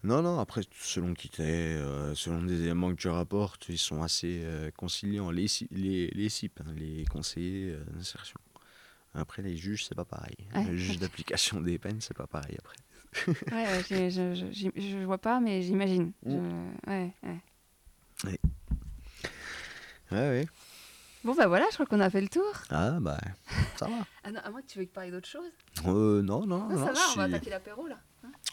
Speaker 2: non, non, après, selon qui t'es, euh, selon des éléments que tu rapportes, ils sont assez euh, conciliants. Les, ci- les, les CIP, hein, les conseillers euh, d'insertion. Après, les juges, c'est pas pareil.
Speaker 1: Ouais.
Speaker 2: Le juge d'application des peines, c'est pas pareil après.
Speaker 1: Ouais, ouais, j'ai- je, je- j'im- je vois pas, mais j'imagine.
Speaker 2: Mm.
Speaker 1: Je- ouais, ouais.
Speaker 2: Ouais, ouais.
Speaker 1: Bon, bah voilà, je crois qu'on a fait le tour.
Speaker 2: Ah, bah, ça va.
Speaker 1: Ah non, à moins que tu veuilles parler d'autre chose.
Speaker 2: Euh, non, non, non.
Speaker 1: ça va, on va
Speaker 2: si-
Speaker 1: attaquer l'apéro là.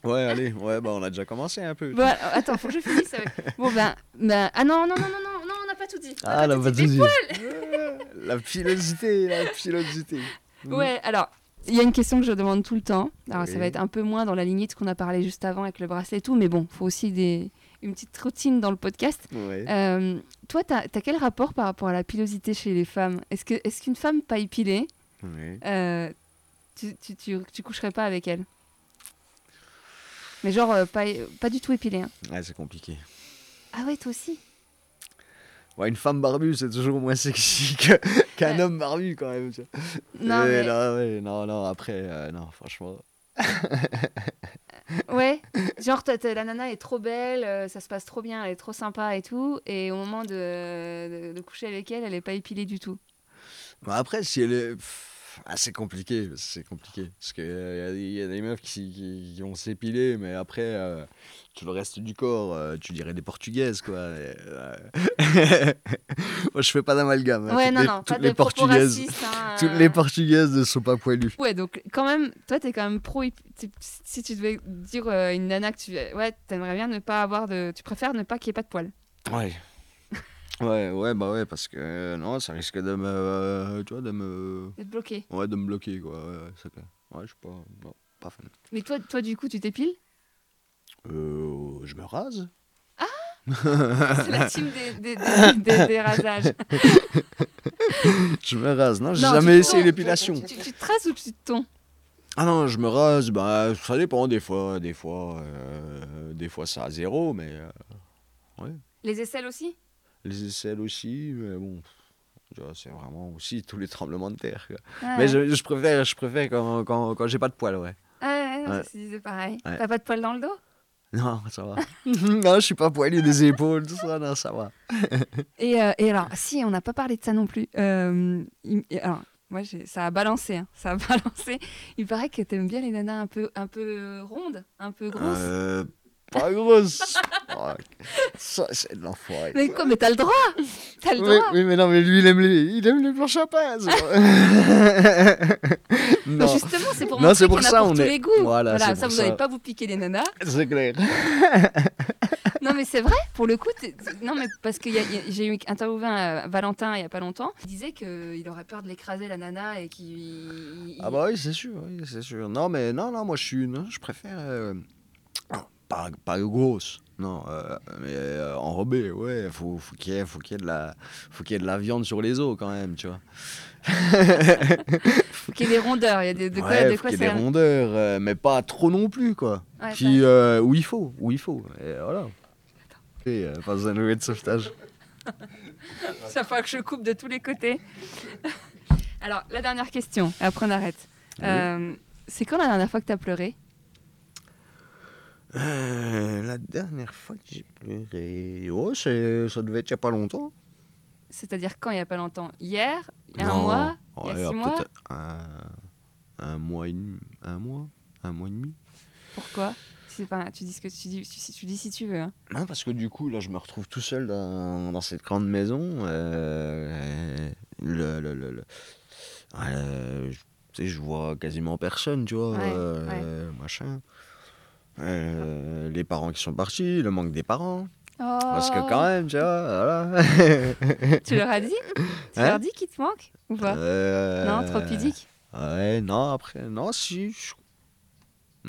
Speaker 2: Ouais, allez, ouais, bah, on a déjà commencé un peu.
Speaker 1: Bon, alors, Bah, attends, faut que je finisse. avec- Bon, ben, ben- ah non, non, non, non, non, non, on n'a pas tout dit. On n'a
Speaker 2: ah, la
Speaker 1: tout
Speaker 2: bonne
Speaker 1: dit. Écoute,
Speaker 2: La pilosité, la pilosité.
Speaker 1: Ouais, alors, il y a une question que je demande tout le temps. Alors, ça
Speaker 2: Oui.
Speaker 1: va être un peu moins dans la lignée de ce qu'on a parlé juste avant avec le bracelet et tout, mais bon, faut aussi des... une petite routine dans le podcast.
Speaker 2: Ouais.
Speaker 1: Euh, toi, t'as as quel rapport par rapport à la pilosité chez les femmes Est-ce que est-ce qu'une femme pas épilée,
Speaker 2: Ouais.
Speaker 1: euh, tu, tu, tu, tu coucherais pas avec elle Mais genre, euh, pas, pas du tout épilée. hein.
Speaker 2: Ouais, c'est compliqué.
Speaker 1: Ah ouais, toi aussi
Speaker 2: Ouais, une femme barbue, c'est toujours moins sexy que- qu'un
Speaker 1: Ouais.
Speaker 2: homme barbu, quand même. tu vois.
Speaker 1: Non,
Speaker 2: Et
Speaker 1: mais...
Speaker 2: non, ouais, non, non, après, euh, non, franchement.
Speaker 1: Ouais, genre t'as- t'as- la nana est trop belle, euh, ça se passe trop bien, elle est trop sympa et tout, et au moment de, de- de coucher avec elle, elle est pas épilée du tout.
Speaker 2: Bah, après, si elle est. pff, Ah, c'est compliqué, c'est compliqué. Parce qu'il y, a des meufs qui, qui- qui vont s'épiler, mais après, euh, tout le reste du corps, euh, tu dirais des portugaises, quoi. et, euh, Moi, je fais pas d'amalgame. hein.
Speaker 1: ouais,
Speaker 2: toutes
Speaker 1: non,
Speaker 2: les,
Speaker 1: non,
Speaker 2: toutes
Speaker 1: pas
Speaker 2: les
Speaker 1: de propos
Speaker 2: portugaises.
Speaker 1: racistes. hein,
Speaker 2: Toutes
Speaker 1: euh.
Speaker 2: les portugaises ne sont pas poilues.
Speaker 1: Ouais, donc quand même, toi t'es quand même pro. épi- tu- Si tu devais dire euh, à une nana que tu. Ouais, t'aimerais bien ne pas avoir de. Tu préfères ne pas qu'il y ait pas de poils.
Speaker 2: Ouais. Ouais, ouais, bah ouais, parce que euh, non, ça risque de me. euh, tu vois, de me.
Speaker 1: D'être bloqué.
Speaker 2: Ouais, de me bloquer, quoi. Ouais, ouais, c'est clair. Ouais, je suis pas. Non, pas fan.
Speaker 1: Mais toi, toi du coup, tu t'épiles
Speaker 2: Euh, je me rase
Speaker 1: C'est la team des, des, des, des- des rasages.
Speaker 2: Je me rase, non, j'ai
Speaker 1: Non,
Speaker 2: jamais
Speaker 1: tu-
Speaker 2: essayé
Speaker 1: non,
Speaker 2: l'épilation.
Speaker 1: Tu, tu te rases ou tu te tonds
Speaker 2: Ah non, je me rase, bah ça dépend des fois, des fois, euh, des fois ça à zéro, mais euh,
Speaker 1: Les aisselles aussi
Speaker 2: les aisselles aussi, mais bon, pff, tu vois, c'est vraiment aussi tous les tremblements de terre. quoi.
Speaker 1: Ah Ouais.
Speaker 2: Mais je, je préfère, je préfère quand, quand, quand j'ai pas de poils, ouais.
Speaker 1: Ouais, ouais,
Speaker 2: Ouais.
Speaker 1: je me suis dit, c'est pareil.
Speaker 2: Ouais.
Speaker 1: T'as pas de poils dans le dos
Speaker 2: Non, ça va. non, je suis pas poilu des épaules, tout ça, non, ça va.
Speaker 1: et, euh, et alors, si, on n'a pas parlé de ça non plus. Euh, il- et alors, moi, j'ai- ça a balancé, hein, ça a balancé. Il paraît que t'aimes bien les nanas un peu, un peu rondes, un peu grosses.
Speaker 2: Euh, pas grosse. Oh, ça, c'est de l'enfoiré.
Speaker 1: Mais quoi, mais t'as le droit T'as le
Speaker 2: Oui,
Speaker 1: droit
Speaker 2: oui, mais non, mais lui, il aime les, il aime les planches à pain, c'est vrai.
Speaker 1: Bah,
Speaker 2: non,
Speaker 1: Justement, c'est pour
Speaker 2: Non,
Speaker 1: montrer
Speaker 2: c'est pour
Speaker 1: qu'il y en a
Speaker 2: ça,
Speaker 1: pour
Speaker 2: on
Speaker 1: tous
Speaker 2: est-
Speaker 1: les goûts.
Speaker 2: Voilà,
Speaker 1: ça,
Speaker 2: c'est pour
Speaker 1: vous
Speaker 2: ça.
Speaker 1: n'allez pas vous piquer les nanas.
Speaker 2: c'est clair.
Speaker 1: Non, mais c'est vrai, pour le coup, t'es- t'es- non, mais parce que y a- y a- j'ai eu interviewé un, euh, Valentin il n'y a pas longtemps. Il disait qu'il aurait peur de l'écraser, la nana, et qu'il. il-
Speaker 2: Ah bah oui, c'est sûr, oui, c'est sûr. Non, mais non, non, moi je suis une, je préfère euh, pas, pas grosse. Non, euh, mais euh, enrobée, ouais, faut, faut qu'il y, ait- faut qu'il y ait de la faut qu'il y ait de la viande sur les os quand même, tu vois.
Speaker 1: Faut qu'il y ait des rondeurs, il y a des, de quoi,
Speaker 2: Ouais,
Speaker 1: de
Speaker 2: faut
Speaker 1: quoi
Speaker 2: qu'il y ait
Speaker 1: ça-
Speaker 2: des rondeurs, euh, mais pas trop non plus quoi.
Speaker 1: Ouais,
Speaker 2: Puis euh, où il faut, où il faut. Et voilà. Et euh, pas besoin de nouer de sauvetage. euh,
Speaker 1: Ça fois que je coupe de tous les côtés. Alors, la dernière question, et après on arrête. Euh, c'est quand la dernière fois que t'as pleuré
Speaker 2: Euh, la dernière fois que j'ai pleuré, oh, c'est- ça devait être il y a pas longtemps.
Speaker 1: C'est-à-dire quand il n'y a pas longtemps Hier Il y a un
Speaker 2: Non.
Speaker 1: mois Il y a
Speaker 2: Ouais,
Speaker 1: six
Speaker 2: ah,
Speaker 1: mois
Speaker 2: peut-être un, un mois et demi. Un mois Un mois et demi
Speaker 1: Pourquoi C'est pas- tu dis ce que tu dis, tu, si- tu dis si tu veux. hein.
Speaker 2: Non, parce que du coup, là, je me retrouve tout seul dans, dans cette grande maison. euh, le, le, le, le- euh, je- tu sais, je vois quasiment personne, tu vois.
Speaker 1: Ouais,
Speaker 2: euh, Machin. Euh, les parents qui sont partis, le manque des parents. Parce que quand même, tu vois, voilà.
Speaker 1: Oh. Tu leur as dit Tu
Speaker 2: Hein
Speaker 1: leur dis qu'il te manque Ou pas
Speaker 2: Euh,
Speaker 1: Non, trop pudique
Speaker 2: Ouais, non, après, non, si. je-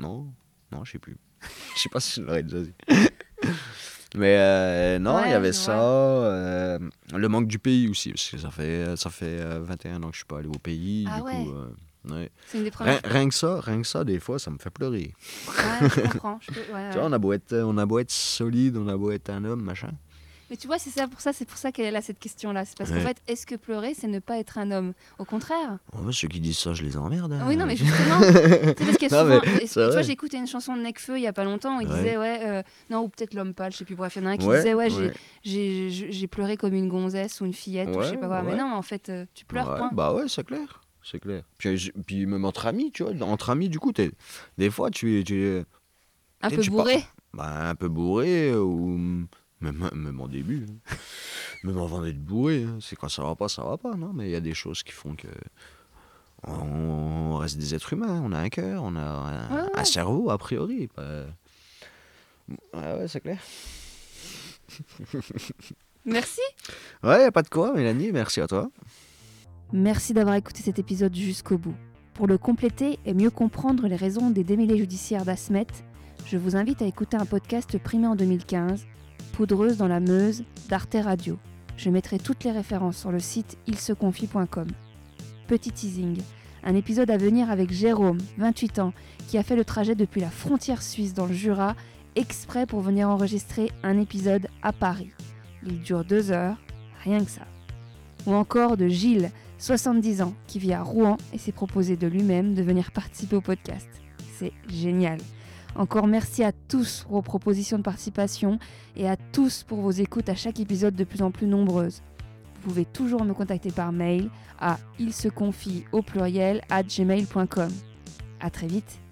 Speaker 2: Non, non, je sais plus. Je sais pas si je l'aurais déjà dit. Mais euh, non, il
Speaker 1: Ouais,
Speaker 2: y avait
Speaker 1: je
Speaker 2: ça. euh, le manque du pays aussi, parce que ça fait, ça fait euh, 21 ans que je suis pas allé au pays.
Speaker 1: Ah
Speaker 2: du
Speaker 1: ouais.
Speaker 2: coup, euh, ouais.
Speaker 1: C'est une des
Speaker 2: rien,
Speaker 1: premières.
Speaker 2: rien que ça, rien que ça, des fois, ça me fait pleurer.
Speaker 1: Ouais, je comprends. je peux- ouais, ouais.
Speaker 2: Tu vois, on a, beau être, euh, on a beau être solide, on a beau être un homme, machin.
Speaker 1: Mais tu vois, c'est ça pour ça, c'est pour ça qu'elle a cette question-là. C'est parce qu'en
Speaker 2: Ouais.
Speaker 1: fait, est-ce que pleurer, c'est ne pas être un homme Au contraire.
Speaker 2: Oh, ceux qui disent ça, je les emmerde. hein.
Speaker 1: Oui, non, mais justement, c'est parce qu'il y a
Speaker 2: Non, mais
Speaker 1: souvent. et- et
Speaker 2: c'est
Speaker 1: tu vois,
Speaker 2: vrai.
Speaker 1: j'écoutais une chanson de Necfeu il y a pas longtemps où il
Speaker 2: Ouais.
Speaker 1: disait, ouais, euh, non, ou peut-être l'homme pâle, je sais plus, bref, il y en a un qui
Speaker 2: Ouais,
Speaker 1: disait, ouais, j'ai-
Speaker 2: ouais.
Speaker 1: j'ai- j'ai j'ai pleuré comme une gonzesse ou une fillette ou je sais
Speaker 2: Ouais,
Speaker 1: pas quoi. Mais
Speaker 2: ouais.
Speaker 1: non, mais en fait, euh, tu pleures,
Speaker 2: Ouais,
Speaker 1: point.
Speaker 2: Bah ouais, c'est clair. C'est clair. Puis, je- puis même entre amis, tu vois, entre amis, du coup, t'es- des fois, tu es. Tu es-
Speaker 1: Un
Speaker 2: Peut-être,
Speaker 1: peu
Speaker 2: je sais pas.
Speaker 1: bourré
Speaker 2: Bah, un peu bourré euh, ou même, même en début. hein. Même avant d'être bourré. hein. C'est quand ça va pas, ça va pas. Non, mais il y a des choses qui font que. On reste des êtres humains, hein. on a un cœur, on a un,
Speaker 1: Ouais,
Speaker 2: un
Speaker 1: ouais.
Speaker 2: cerveau a priori. bah. Ouais, ouais, c'est clair.
Speaker 1: Merci
Speaker 2: Ouais, y a pas de quoi, Mélanie, merci à toi.
Speaker 1: Merci d'avoir écouté cet épisode jusqu'au bout. Pour le compléter et mieux comprendre les raisons des démêlés judiciaires d'Asmet, je vous invite à écouter un podcast primé en 2015, Poudreuse dans la Meuse, d'Arte Radio. Je mettrai toutes les références sur le site ilseconfie.com. Petit teasing, un épisode à venir avec Jérôme, 28 ans, qui a fait le trajet depuis la frontière suisse dans le Jura, exprès pour venir enregistrer un épisode à Paris. Il dure deux heures, rien que ça. Ou encore de Gilles, 70 ans, qui vit à Rouen et s'est proposé de lui-même de venir participer au podcast. C'est génial. Encore merci à tous pour vos propositions de participation et à tous pour vos écoutes à chaque épisode de plus en plus nombreuses. Vous pouvez toujours me contacter par mail à il se confie au pluriel à gmail.com. À très vite